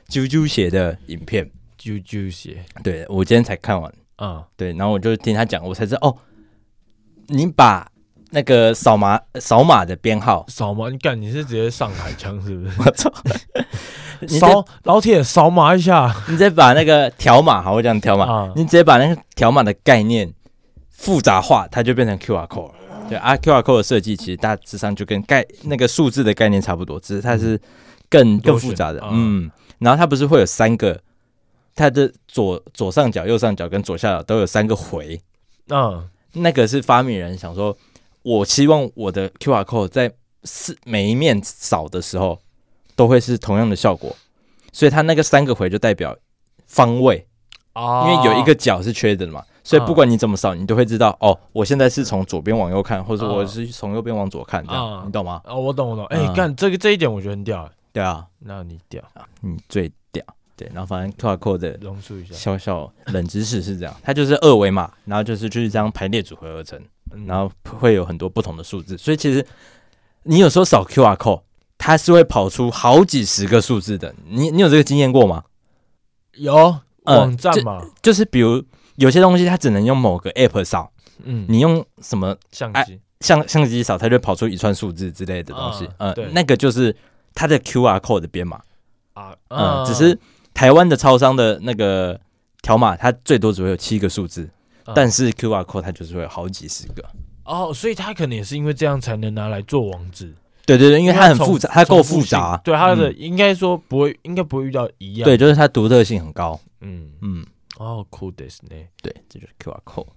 Speaker 1: 啾啾鞋的影片，
Speaker 2: 啾啾鞋
Speaker 1: 对我今天才看完。
Speaker 2: 啊，
Speaker 1: 对，然后我就听他讲，我才知道哦，你把那个扫码扫码的编号，
Speaker 2: 扫码你干你是直接上海腔是不
Speaker 1: 我操，
Speaker 2: 是？
Speaker 1: 你再
Speaker 2: 扫老铁扫码一下
Speaker 1: 你再把那个条码，好，我讲条码，
Speaker 2: 啊
Speaker 1: 你直接把那个条码的概念复杂化，它就变成 QR code 了。对啊，QR code 的设计其实大致上就跟概那个数字的概念差不多，只是它是更
Speaker 2: 多
Speaker 1: 更复杂的
Speaker 2: 选啊。
Speaker 1: 嗯，然后它不是会有三个，它的左左上角、右上角跟左下角都有三个回，
Speaker 2: 啊
Speaker 1: 那个是发明人想说，我希望我的 QR code 在是每一面扫的时候都会是同样的效果，所以它那个三个回就代表方位，因
Speaker 2: 啊
Speaker 1: 为有一个角是缺的嘛，所以不管你怎么扫，你都会知道哦，我现在是从左边往右看，或者
Speaker 2: 啊
Speaker 1: 我是从右边往左看，这
Speaker 2: 啊
Speaker 1: 样你懂吗？
Speaker 2: 哦，我懂我懂，哎
Speaker 1: 嗯
Speaker 2: 干这个这一点我觉得很屌，
Speaker 1: 对啊，
Speaker 2: 那你屌
Speaker 1: 你最屌，对，然后反正 QR code 的
Speaker 2: 榕树一下，
Speaker 1: 小小冷知识是这样，它就是二维码，然后就是就是这样排列组合而成。
Speaker 2: 嗯
Speaker 1: 然后会有很多不同的数字，所以其实你有时候扫 QR code，它是会跑出好几十个数字的。你你有这个经验过吗？
Speaker 2: 有
Speaker 1: 呃
Speaker 2: 网站嘛，
Speaker 1: 就是比如有些东西它只能用某个 app 扫，
Speaker 2: 嗯，
Speaker 1: 你用什么
Speaker 2: 相
Speaker 1: 哎
Speaker 2: 机
Speaker 1: 相相机扫，它就会跑出一串数字之类的东西。
Speaker 2: 啊
Speaker 1: 嗯、
Speaker 2: 对
Speaker 1: 那个就是它的 QR code 的编码。
Speaker 2: 啊，
Speaker 1: 嗯，
Speaker 2: 啊
Speaker 1: 只是台湾的超商的那个条码，它最多只会有七个数字，
Speaker 2: 啊
Speaker 1: 但是 QR code 它就是会有好几十个。
Speaker 2: 哦，所以他可能也是因为这样才能拿来做网址，
Speaker 1: 对对对，因为它很
Speaker 2: 重
Speaker 1: 复杂，它够
Speaker 2: 重
Speaker 1: 复
Speaker 2: 复性
Speaker 1: 杂。嗯
Speaker 2: 对啊他的应该说不会，应该不会遇到一样，
Speaker 1: 对，，就是它独特性很高。
Speaker 2: 嗯，
Speaker 1: 嗯，
Speaker 2: 哦，cool ですね。
Speaker 1: 对，这就是 QR code。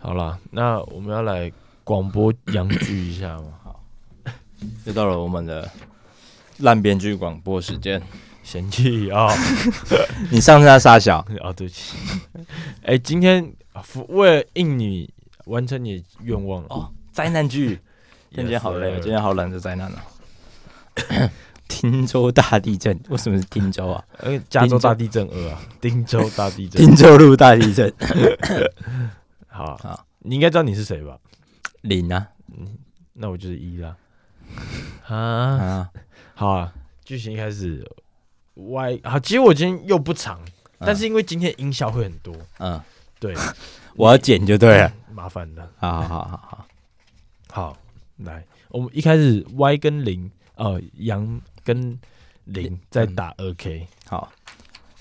Speaker 2: 好啦，那我们要来广播洋剧一下嘛，
Speaker 1: 又到了我们的烂编剧广播时 间。
Speaker 2: 嫌弃啊
Speaker 1: 你上次在傻小，
Speaker 2: 啊，对不起， 哎，今天服为了应你完成你的愿望
Speaker 1: 哦灾难剧。 今天好累，
Speaker 2: Yes, sir
Speaker 1: 今天好懒得灾难啊。 汀州大地震，为什么是汀州 啊？
Speaker 2: 呃，加州大地震二啊，汀州大地震，
Speaker 1: 汀州路大地 震，
Speaker 2: 好
Speaker 1: 好，
Speaker 2: 你应该知道你是谁吧？
Speaker 1: 零啊
Speaker 2: 那我就是一啦。啊，
Speaker 1: 啊！
Speaker 2: 好啊，剧情一开始歪好，其实我今天又不长，但是因为今天音效会很多，
Speaker 1: 嗯，
Speaker 2: 对，
Speaker 1: 我要剪就对 了。
Speaker 2: 麻烦了。
Speaker 1: 好好好好好，
Speaker 2: 好，来，我们一开始 Y 跟零，呃，羊跟零嗯在打二 K，
Speaker 1: 好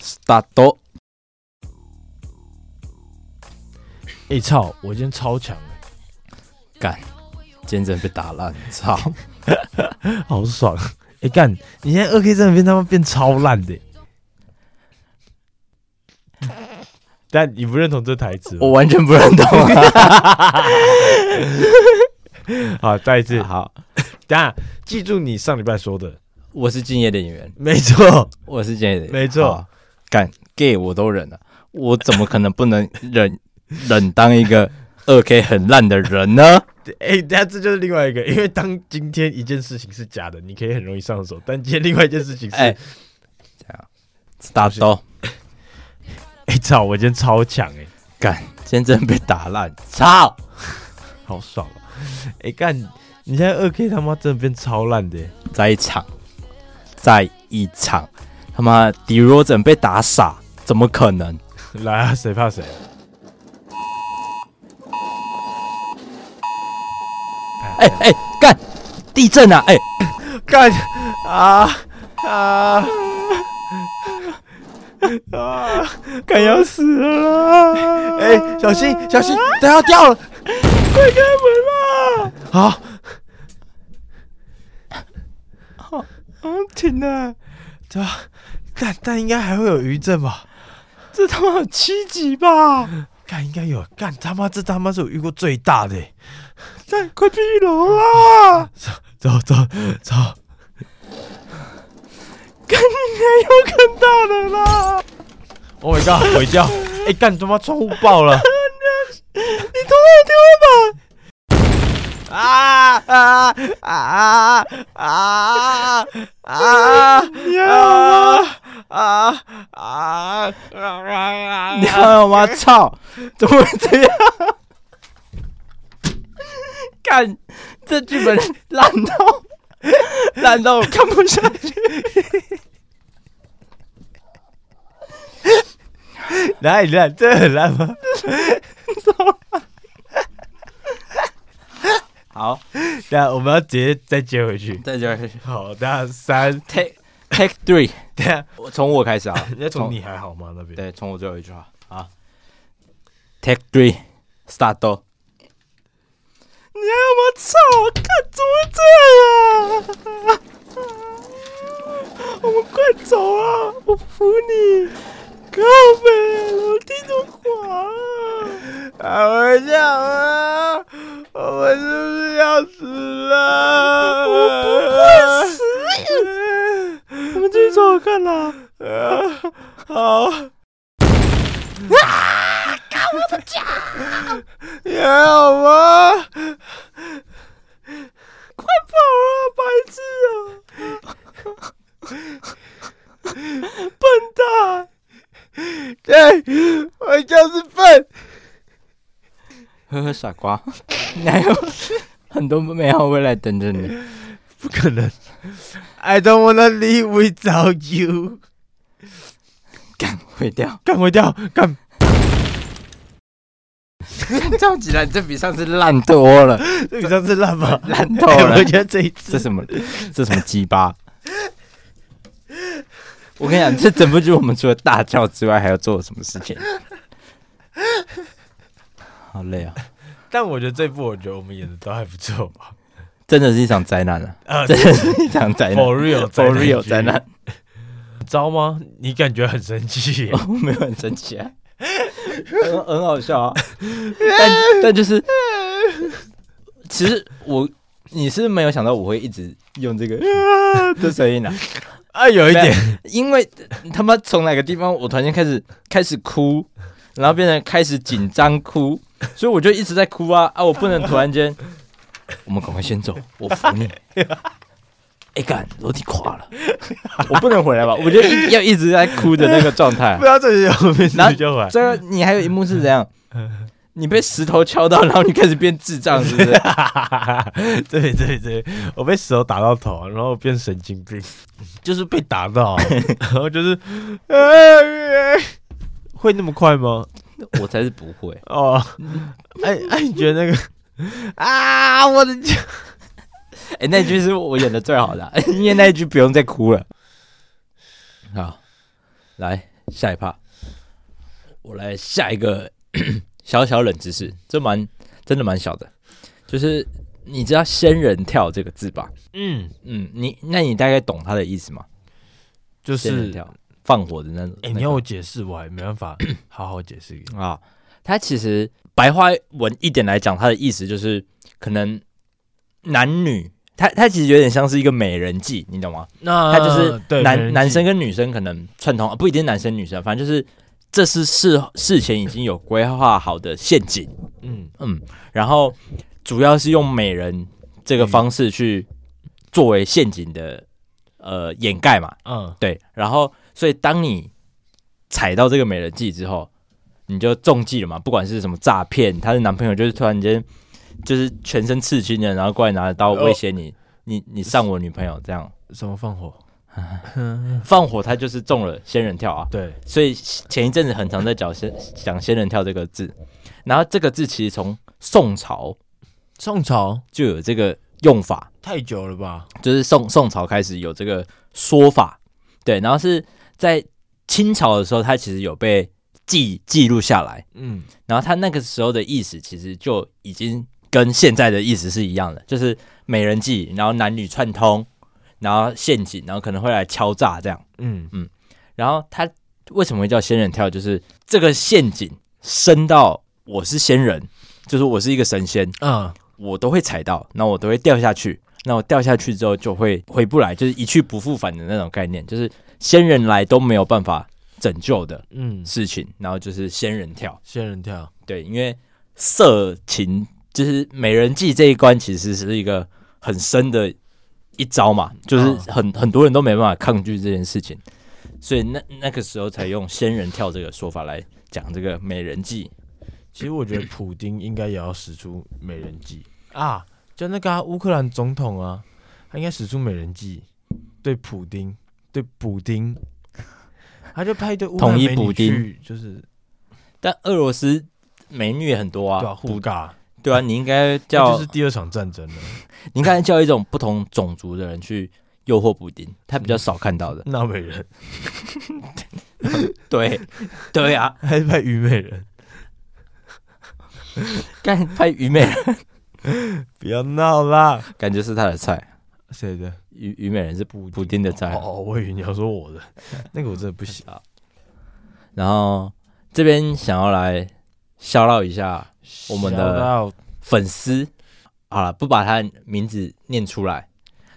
Speaker 1: ，start。
Speaker 2: 哎、操，我今天超强 欸，
Speaker 1: 今天真的被打烂， 操！
Speaker 2: 好 爽。哎、干，你现在二 K 真的变他妈变超烂的欸。欸 但你不认同这台词吗？
Speaker 1: 我完全不认同 啊。
Speaker 2: 好，再一次，
Speaker 1: 好，
Speaker 2: 等一下记住你上礼拜说的，
Speaker 1: 我是敬业的演员，
Speaker 2: 没错，
Speaker 1: 我是建议的，
Speaker 2: 没错
Speaker 1: 好，敢 gay 我都忍了，我怎么可能不能忍忍当一个二 K 很烂的人 呢？
Speaker 2: 哎、欸，下这就是另外一个，因为当今天一件事情是假的，你可以很容易上手，但今天另外一件事情是，哎、
Speaker 1: 哎，这样打到
Speaker 2: 欸操，我今天超强哎、
Speaker 1: 干，今天真的被打烂，操！
Speaker 2: 好爽啊！哎、干，你现在二 K 他妈真的变超烂的、欸，
Speaker 1: 在一场，在一场，他妈迪罗整被打傻，怎么可能？
Speaker 2: 来啊，谁怕谁、啊？
Speaker 1: 哎哎，干，地震啊！哎，
Speaker 2: 干啊啊啊！
Speaker 1: 干要死了啦！
Speaker 2: 哎、小心小心，等下掉了，
Speaker 1: 快开门啦！
Speaker 2: 好，
Speaker 1: 啊，停了，
Speaker 2: 对吧？但但应该还会有余震吧？
Speaker 1: 这他妈有七级吧？
Speaker 2: 干应该有，干他妈这他妈是我遇过最大的、欸，
Speaker 1: 干，快闭楼啦！
Speaker 2: 走走走，
Speaker 1: 肯定有更大的啦！
Speaker 2: Oh my god！鬼叫！哎、哎干他妈窗户爆了！
Speaker 1: 啊啊啊啊啊！你
Speaker 2: 啊
Speaker 1: 啊啊啊！你好吗？操！怎么会这样？干，这剧本烂到烂到我看不下去。
Speaker 2: 哪里烂？这很烂吗？
Speaker 1: 好，
Speaker 2: 等下我们要直接再接回去。
Speaker 1: 再就是
Speaker 2: 好，等下三，
Speaker 1: take take three，
Speaker 2: 等下
Speaker 1: 我从我开始啊。
Speaker 2: 人家从你还好吗？那边
Speaker 1: 对，从我最后一句话啊，Take three，start。你要我操！看怎么会这样啊！我们快走啊！我扶你，靠北，楼梯都滑了。
Speaker 2: 啊，我想啊，我们是不是要死了？
Speaker 1: 我不会死我们继续走看啦。
Speaker 2: 啊，好。啊！ 搞我的脚！你还好吗？
Speaker 1: 快跑啊，白痴啊！
Speaker 2: 啊
Speaker 1: 笨蛋！
Speaker 2: 对，哎我就是笨。
Speaker 1: 呵呵，傻 瓜，你还有很多美好未来等着你。
Speaker 2: 不可能。I don't wanna live without you。
Speaker 1: 干毁 掉！
Speaker 2: 干回掉，干
Speaker 1: 照起来，这比上次烂多了，
Speaker 2: 这比上次烂吧？
Speaker 1: 烂透
Speaker 2: 哎
Speaker 1: 了
Speaker 2: 我。觉得这一
Speaker 1: 这
Speaker 2: 次
Speaker 1: 什么？这什么鸡巴？我跟你讲，这整部剧我们除了大叫之外，还要做什么事情？好累啊！
Speaker 2: 但我觉得这部，我觉得我们演的都还不错吧。
Speaker 1: 真的是一场灾难啊！
Speaker 2: 啊
Speaker 1: 真的是一场灾难
Speaker 2: For real，
Speaker 1: ，for real 灾难。。？
Speaker 2: 招吗？你感觉很生气耶
Speaker 1: 我哦没有很生气啊，很很好笑啊。但但就是，其实我你是没有想到我会一直用这个的声音啊，
Speaker 2: 啊，有一点，
Speaker 1: 因为他妈从哪个地方我突然间开始开始哭，然后变成开始紧张哭，所以我就一直在哭啊啊！我不能突然间，我们赶快先走，我扶 你。哎干，楼梯垮了，我不能回来吧？我就一要一直在哭的那个状态啊、
Speaker 2: 不要这里我们
Speaker 1: 然后
Speaker 2: 自己就玩。
Speaker 1: 这个你还有一幕是怎样？你被石头敲到，然后你开始变智障，是不是？
Speaker 2: 对对对，我被石头打到头，然后变神经病， 就是被打 到，然后就是，呃会那么快吗？
Speaker 1: 我才是不会。
Speaker 2: 哦，哎哎，你觉得那个 啊，我的脚，
Speaker 1: 哎、那句是我演的最好的啊、因为那一句不用再哭了。好，来下一趴，我来下一个小小冷知识，这蛮真的蛮小的，就是你知道“仙人跳”这个字吧？
Speaker 2: 嗯，
Speaker 1: 嗯，你那你大概懂它的意思吗？
Speaker 2: 就
Speaker 1: 仙人
Speaker 2: 是，
Speaker 1: 跳，放火的那种。
Speaker 2: 哎，
Speaker 1: 那
Speaker 2: 你
Speaker 1: 个
Speaker 2: 要我解释，我还没办 法好好解释给你。
Speaker 1: 啊，它其实白话文一点来讲，它的意思就是可能男女，它它其实有点像是一个美人计，你懂吗？
Speaker 2: 那
Speaker 1: 它就是
Speaker 2: 呃对没
Speaker 1: 男
Speaker 2: 人
Speaker 1: 男
Speaker 2: 记
Speaker 1: 生跟女生可能串通，不一定男生女生，反正就是这是事事前已经有规划好的陷阱，
Speaker 2: 嗯
Speaker 1: 嗯，然后主要是用美人这个方式去作为陷阱的呃掩盖嘛，
Speaker 2: 嗯，
Speaker 1: 对，然后所以当你踩到这个美人计之后，你就中计了嘛。不管是什么诈骗，她的男朋友就是突然间就是全身刺青的，然后过来拿刀威胁你，你你上我女朋友这样
Speaker 2: 什么放火？
Speaker 1: 放火，他就是中了仙人跳啊。
Speaker 2: 对，
Speaker 1: 所以前一阵子很常在讲仙讲仙人跳这个字，然后这个字其实从宋朝
Speaker 2: 宋朝
Speaker 1: 就有这个用法，
Speaker 2: 太久了吧？
Speaker 1: 就是宋宋朝开始有这个说法，对，然后是在清朝的时候，它其实有被记记录下来，
Speaker 2: 嗯，
Speaker 1: 然后它那个时候的意思其实就已经跟现在的意思是一样的，就是美人计，然后男女串通，然后陷阱，然后可能会来敲诈这样，
Speaker 2: 嗯
Speaker 1: 然后它为什么会叫仙人跳？就是这个陷阱深到我是仙人，就是我是一个神仙，
Speaker 2: 啊，
Speaker 1: 我都会踩到，那我都会掉下去。那我掉下去之后就会回不来，就是一去不复返的那种概念，就是仙人来都没有办法拯救的
Speaker 2: 嗯，
Speaker 1: 事情，然后就是仙人跳，
Speaker 2: 仙人跳，
Speaker 1: 对，因为色情就是美人计这一关其实是一个很深的一招嘛，就是
Speaker 2: 嗯
Speaker 1: 很、很多人都没办法抗拒这件事情，所以那那个时候才用仙人跳这个说法来讲这个美人计。
Speaker 2: 其实我觉得普丁应该也要使出美人计啊，就那个啊、乌克兰总统啊，他应该使出美人计，对普丁，对普丁，他就派一对乌克兰
Speaker 1: 统一
Speaker 2: 美女
Speaker 1: 普丁
Speaker 2: 去，就是
Speaker 1: 但俄罗斯美女也很多
Speaker 2: 对啊，
Speaker 1: 啊，
Speaker 2: 互尬，
Speaker 1: 对啊，你应该
Speaker 2: 这
Speaker 1: 叫
Speaker 2: 就是第二场战争了。
Speaker 1: 你应该叫一种不同种族的人去诱惑补丁，他比较少看到的。
Speaker 2: 纳美人
Speaker 1: 对， 对啊，
Speaker 2: 还是派虞美人？
Speaker 1: 干拍虞美人，
Speaker 2: 不要闹啦！
Speaker 1: 感觉是他的菜。
Speaker 2: 谁的？
Speaker 1: 虞虞美人是补补丁的菜。啊
Speaker 2: 哦，我以为你要说我的，那个我真的不行。
Speaker 1: 然后这边想要来笑到一下我们的
Speaker 2: 笑到
Speaker 1: 粉丝，好了，不把他名字念出来。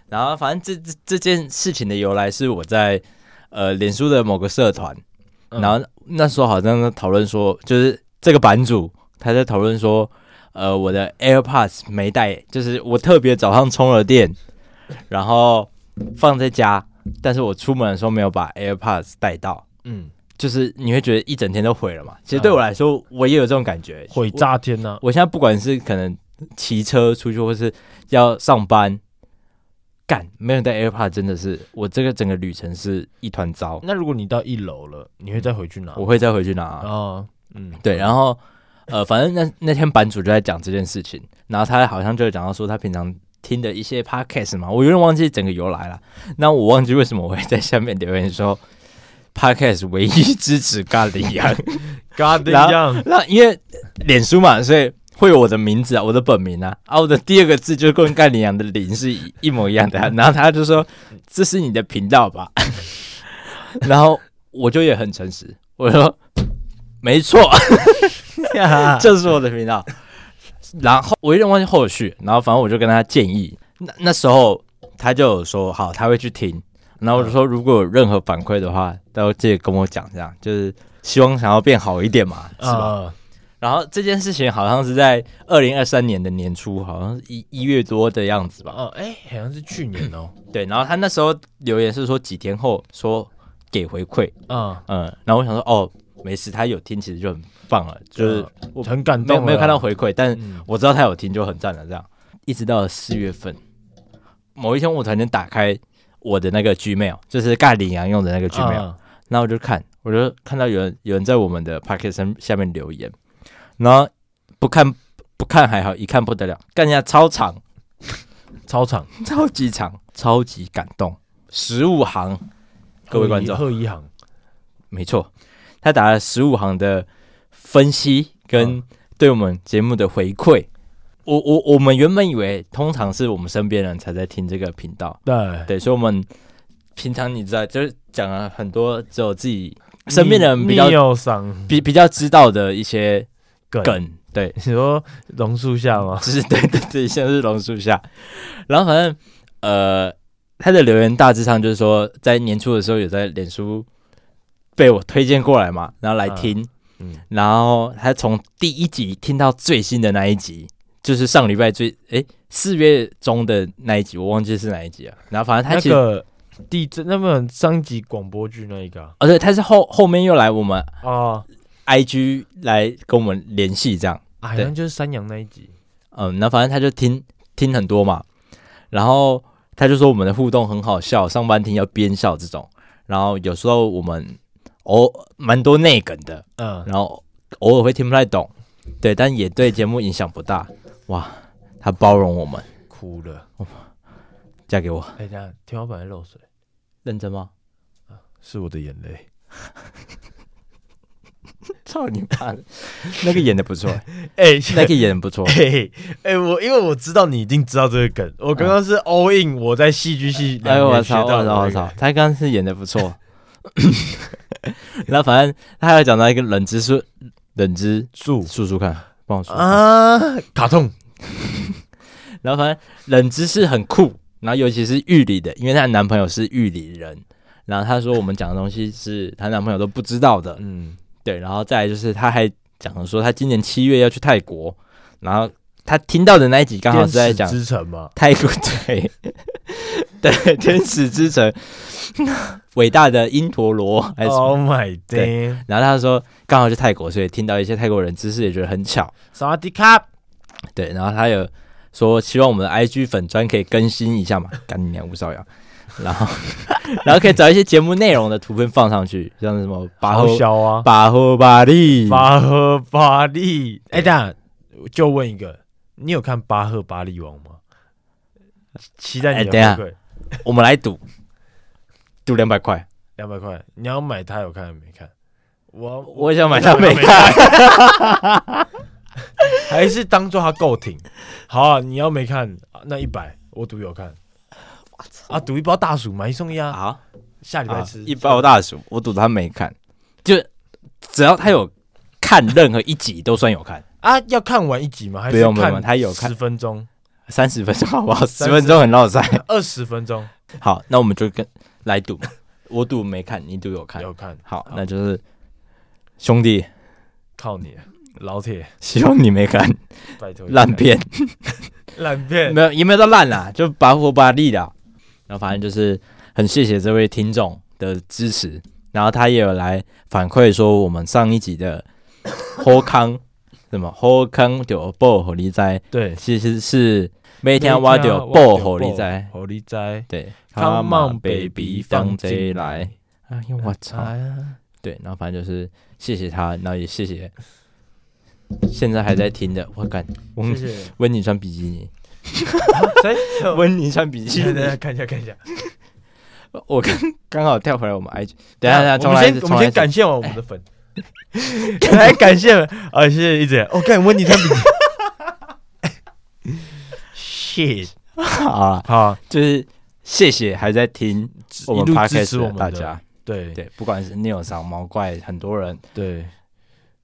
Speaker 1: 然后反正这这这件事情的由来是我在呃脸书的某个社团，
Speaker 2: 嗯
Speaker 1: 然后那时候好像在讨论说，就是这个版主他在讨论说，呃，我的 AirPods 没带，就是我特别早上充了电，然后放在家，但是我出门的时候没有把 AirPods 带到，
Speaker 2: 嗯，
Speaker 1: 就是你会觉得一整天都毁了嘛。其实对我来说，我也有这种感觉，
Speaker 2: 毁
Speaker 1: 我
Speaker 2: 炸天啊呐！
Speaker 1: 我现在不管是可能骑车出去，或是要上班，干没有带 AirPod，真的是我这个整个旅程是一团糟。
Speaker 2: 那如果你到一楼了，你会再回去拿？
Speaker 1: 我会再回去拿、
Speaker 2: 啊，嗯，
Speaker 1: 对，然后呃，反正那那天版主就在讲这件事情，然后他好像就讲到说他平常听的一些 podcast 嘛，我有点忘记整个由来了。那我忘记为什么我会在下面留言说 podcast 唯一支持咖喱羊。
Speaker 2: 嘎的一
Speaker 1: 然后
Speaker 2: 样，
Speaker 1: 那因为脸书嘛，所以会有我的名字啊，我的本名啊，啊，我的第二个字就是跟盖里昂的林是一一模一样的啊、然后他就说：“这是你的频道吧？” 然后我就也很诚实，我说：“没错， 啊
Speaker 2: 这
Speaker 1: 这是我的频道。” 然后我有点忘记后续，然后反正我就跟他建议，那那时候他就有说好，他会去听。然后我就说，如果有任何反馈的话，都记得跟我讲，这样就是希望想要变好一点嘛，是吧？
Speaker 2: 啊，
Speaker 1: 然后这件事情好像是在二零二三年的年初，好像是一一月多的样子吧。
Speaker 2: 哦，哎，好像是去年哦，
Speaker 1: 对，然后他那时候留言是说几天后说给回馈，
Speaker 2: 啊，
Speaker 1: 嗯，然后我想说哦，没事，他有听其实就很棒了，就是我
Speaker 2: 很感
Speaker 1: 没有
Speaker 2: 动，啊
Speaker 1: 没有看到，回馈，但
Speaker 2: 嗯
Speaker 1: 我知道他有听就很赞了。这样一直到了四月份，某一天我才能打开我的那个 Gmail，就是盖里昂用的那个 Gmail，、
Speaker 2: 啊
Speaker 1: 然后我就看，我就看到有人有人在我们的 p o c k e t 下面留言，然后不看不看还好，一看不得了，干人家超长，
Speaker 2: 操场，
Speaker 1: 超级长，超级感动，十五行，各位观众
Speaker 2: 贺一航，
Speaker 1: 没错，他打了十五行的分析跟对我们节目的回馈。我我我们原本以为通常是我们身边人才在听这个频道，
Speaker 2: 对，
Speaker 1: 对，所以我们平常你知道就是讲了很多只有自己身边的人比较
Speaker 2: 有伤
Speaker 1: 比比较知道的一些
Speaker 2: 梗，
Speaker 1: 梗，对，
Speaker 2: 你说榕树下吗？
Speaker 1: 就是对对对，像是榕树下。然后反正呃，他的留言大致上就是说，在年初的时候有在脸书被我推荐过来嘛，然后来听，
Speaker 2: 嗯
Speaker 1: 然后他从第一集听到最新的那一集，就是上礼拜最诶四月中的那一集，我忘记是哪一集了。然后反正他
Speaker 2: 那
Speaker 1: 其实、
Speaker 2: 个地震，那么上集广播剧那一个啊
Speaker 1: 哦对，他是后后面又来我们啊
Speaker 2: 哦，
Speaker 1: IG 来跟我们联系这样。
Speaker 2: 啊好像就是山羊那一集，
Speaker 1: 嗯，那反正他就听听很多嘛，然后他就说我们的互动很好笑，上班听要边笑这种，然后有时候我们偶蛮多内梗的，
Speaker 2: 嗯，
Speaker 1: 然后偶尔会听不太懂，对，但也对节目影响不大。哇，他包容我们，
Speaker 2: 哭了，
Speaker 1: 嫁给我，
Speaker 2: 哎，等一下天花板在漏水，
Speaker 1: 认真吗？
Speaker 2: 是我的眼泪，
Speaker 1: 操你妈的！ 那个演的不 错，
Speaker 2: 哎，
Speaker 1: 那个演的不错，
Speaker 2: 嘿嘿，哎、我因为我知道你一定知道这个梗，我刚刚是 all in，我在戏剧系
Speaker 1: 哎呦
Speaker 2: 两
Speaker 1: 我
Speaker 2: 年学
Speaker 1: 操
Speaker 2: 到
Speaker 1: 我
Speaker 2: 的、
Speaker 1: 操我操！他刚刚是演的不错， 然后反正他还有讲到一个冷知识，冷知
Speaker 2: 树
Speaker 1: 数数看，帮我数。
Speaker 2: 啊，卡通
Speaker 1: 然后反正冷知识很酷，然后尤其是玉里的，因为她的男朋友是玉里人，然后她说我们讲的东西是她男朋友都不知道的，
Speaker 2: 嗯，
Speaker 1: 对，然后再来就是她还讲了说她今年七月要去泰国，然后她听到的那一集刚好是在
Speaker 2: 天
Speaker 1: 讲
Speaker 2: 使之城嘛，
Speaker 1: 泰国对 对天使之城，伟大的因陀罗还是什么
Speaker 2: Oh my
Speaker 1: 对
Speaker 2: damn！
Speaker 1: 然后他说刚好去泰国，所以听到一些泰国人知识也觉得很巧。
Speaker 2: 萨瓦迪卡，
Speaker 1: 对，然后他有说希望我们的 IG 粉砖可以更新一下嘛，干你娘吴少阳。然后 然后可以找一些节目内容的图片放上去，像是什么巴
Speaker 2: 好
Speaker 1: 后
Speaker 2: 小啊，
Speaker 1: 巴后巴利，
Speaker 2: 巴赫巴利。哎，等一下我就问一个，你有看《巴赫巴利王》吗？期待
Speaker 1: 哎
Speaker 2: 你的
Speaker 1: 等一下
Speaker 2: 回馈，
Speaker 1: 我们来赌，赌两百块。
Speaker 2: 两百块，你要买它有看还没看？我
Speaker 1: 我也想买他没看，
Speaker 2: 还是当做它够挺。好啊，你要没看那一百，我赌有看。啊，赌一包大薯买一送一啊！
Speaker 1: 好，
Speaker 2: 下礼拜吃
Speaker 1: 啊一包大薯，我赌他没看，就只要他有看任何一集都算有看，
Speaker 2: 啊，要看完一集吗？还
Speaker 1: 不
Speaker 2: 是
Speaker 1: 用不用
Speaker 2: 看
Speaker 1: 他有看
Speaker 2: 十分钟、
Speaker 1: 三十分钟好不好？十
Speaker 2: 30
Speaker 1: 分钟很绕塞。
Speaker 2: 二十分钟
Speaker 1: 好，那我们就跟来赌，我赌没看，你赌有看。
Speaker 2: 有看？
Speaker 1: 好，
Speaker 2: 好
Speaker 1: 那就是兄弟，
Speaker 2: 靠你，啊老铁，
Speaker 1: 希望你没看
Speaker 2: 拜托，
Speaker 1: 烂片，
Speaker 2: 烂片
Speaker 1: 没，有也没有到烂啦，就把火把力啦。然后反正就是很谢谢这位听众的支持，然后他也有来反馈说我们上一集的后康 什么后康就有爆火力灾，
Speaker 2: 对，
Speaker 1: 其实是每天挖掉爆火力灾，
Speaker 2: 火力灾
Speaker 1: 对
Speaker 2: Come on, baby，
Speaker 1: 放
Speaker 2: 放进
Speaker 1: 来
Speaker 2: 来。
Speaker 1: 哎呦我操！
Speaker 2: 啊！
Speaker 1: 对，然后反正就是谢谢他，然后也谢谢现在还在听的，我感温
Speaker 2: 谢谢。
Speaker 1: 温妮穿比基尼，
Speaker 2: 谁？
Speaker 1: 温妮穿比基
Speaker 2: 等一
Speaker 1: 尼，
Speaker 2: 下看一下看一下。
Speaker 1: 我刚 刚好跳回来我们 IG，等一下等一下，重
Speaker 2: 啊我
Speaker 1: 来一
Speaker 2: 们
Speaker 1: 次，
Speaker 2: 先我
Speaker 1: 重
Speaker 2: 们
Speaker 1: 来一
Speaker 2: 先
Speaker 1: 次，
Speaker 2: 感谢完我们的 粉，来感谢啊，谢谢一直。我看温妮他比，shit，
Speaker 1: 好啦，
Speaker 2: 好，
Speaker 1: 就是谢谢还在听我
Speaker 2: 一
Speaker 1: 们
Speaker 2: 路
Speaker 1: p
Speaker 2: 支
Speaker 1: o
Speaker 2: 持
Speaker 1: d
Speaker 2: 我
Speaker 1: c
Speaker 2: 们
Speaker 1: 大
Speaker 2: 的
Speaker 1: 家，
Speaker 2: 对
Speaker 1: 对，不管是 n e o 上毛怪，很多人，
Speaker 2: 对，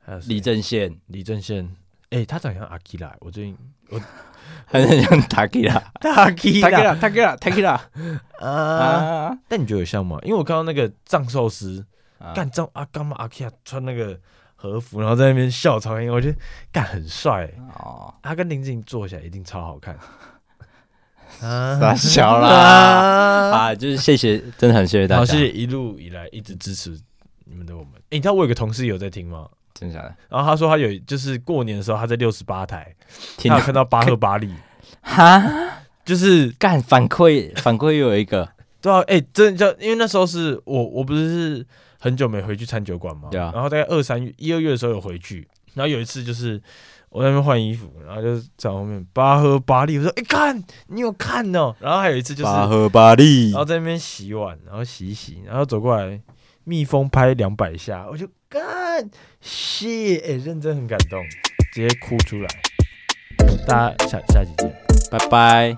Speaker 2: 还有谁
Speaker 1: 李正宪
Speaker 2: 李正宪，哎，他长得像阿基拉，我最近
Speaker 1: 很很像 Takira，
Speaker 2: 阿 基
Speaker 1: Takira Takira
Speaker 2: 啊，
Speaker 1: 啊，
Speaker 2: 但你觉得有像吗？因为我看到那个藏寿司。
Speaker 1: 啊
Speaker 2: 干这阿干嘛阿 K 穿那个和服，然后在那边笑超开心，我觉得干很帅、欸。
Speaker 1: 哦，
Speaker 2: 他跟林志颖做起来一定超 好看。
Speaker 1: 傻
Speaker 2: 啊
Speaker 1: 小 啦
Speaker 2: 啊！
Speaker 1: 啊，就是谢谢，真的很谢谢大
Speaker 2: 好，
Speaker 1: 家
Speaker 2: 谢，谢一路以来一直支持你们的我们。哎、你知道我有个同事有在听吗？
Speaker 1: 真的假的？
Speaker 2: 然后他说他有就是过年的时候他在六十八台，
Speaker 1: 听
Speaker 2: 他
Speaker 1: 到
Speaker 2: 有看到巴赫巴利，
Speaker 1: 哈。
Speaker 2: 就是
Speaker 1: 干反馈，反馈又有一个，
Speaker 2: 对啊，哎、真的叫，因为那时候是我，我不是很久没回去餐酒馆嘛，
Speaker 1: 对啊
Speaker 2: 然后大概二三月、一二月的时候有回去，然后有一次就是我在那边换衣服，然后就是在后面巴赫巴利，我说哎、看你有看哦，然后还有一次就是，然
Speaker 1: 赫巴利
Speaker 2: 后在那边洗碗，然后洗一洗，然后走过来蜜蜂拍两百下，我就干谢，哎、认真很感动，直接哭出来，大家下下集见。
Speaker 1: 拜拜。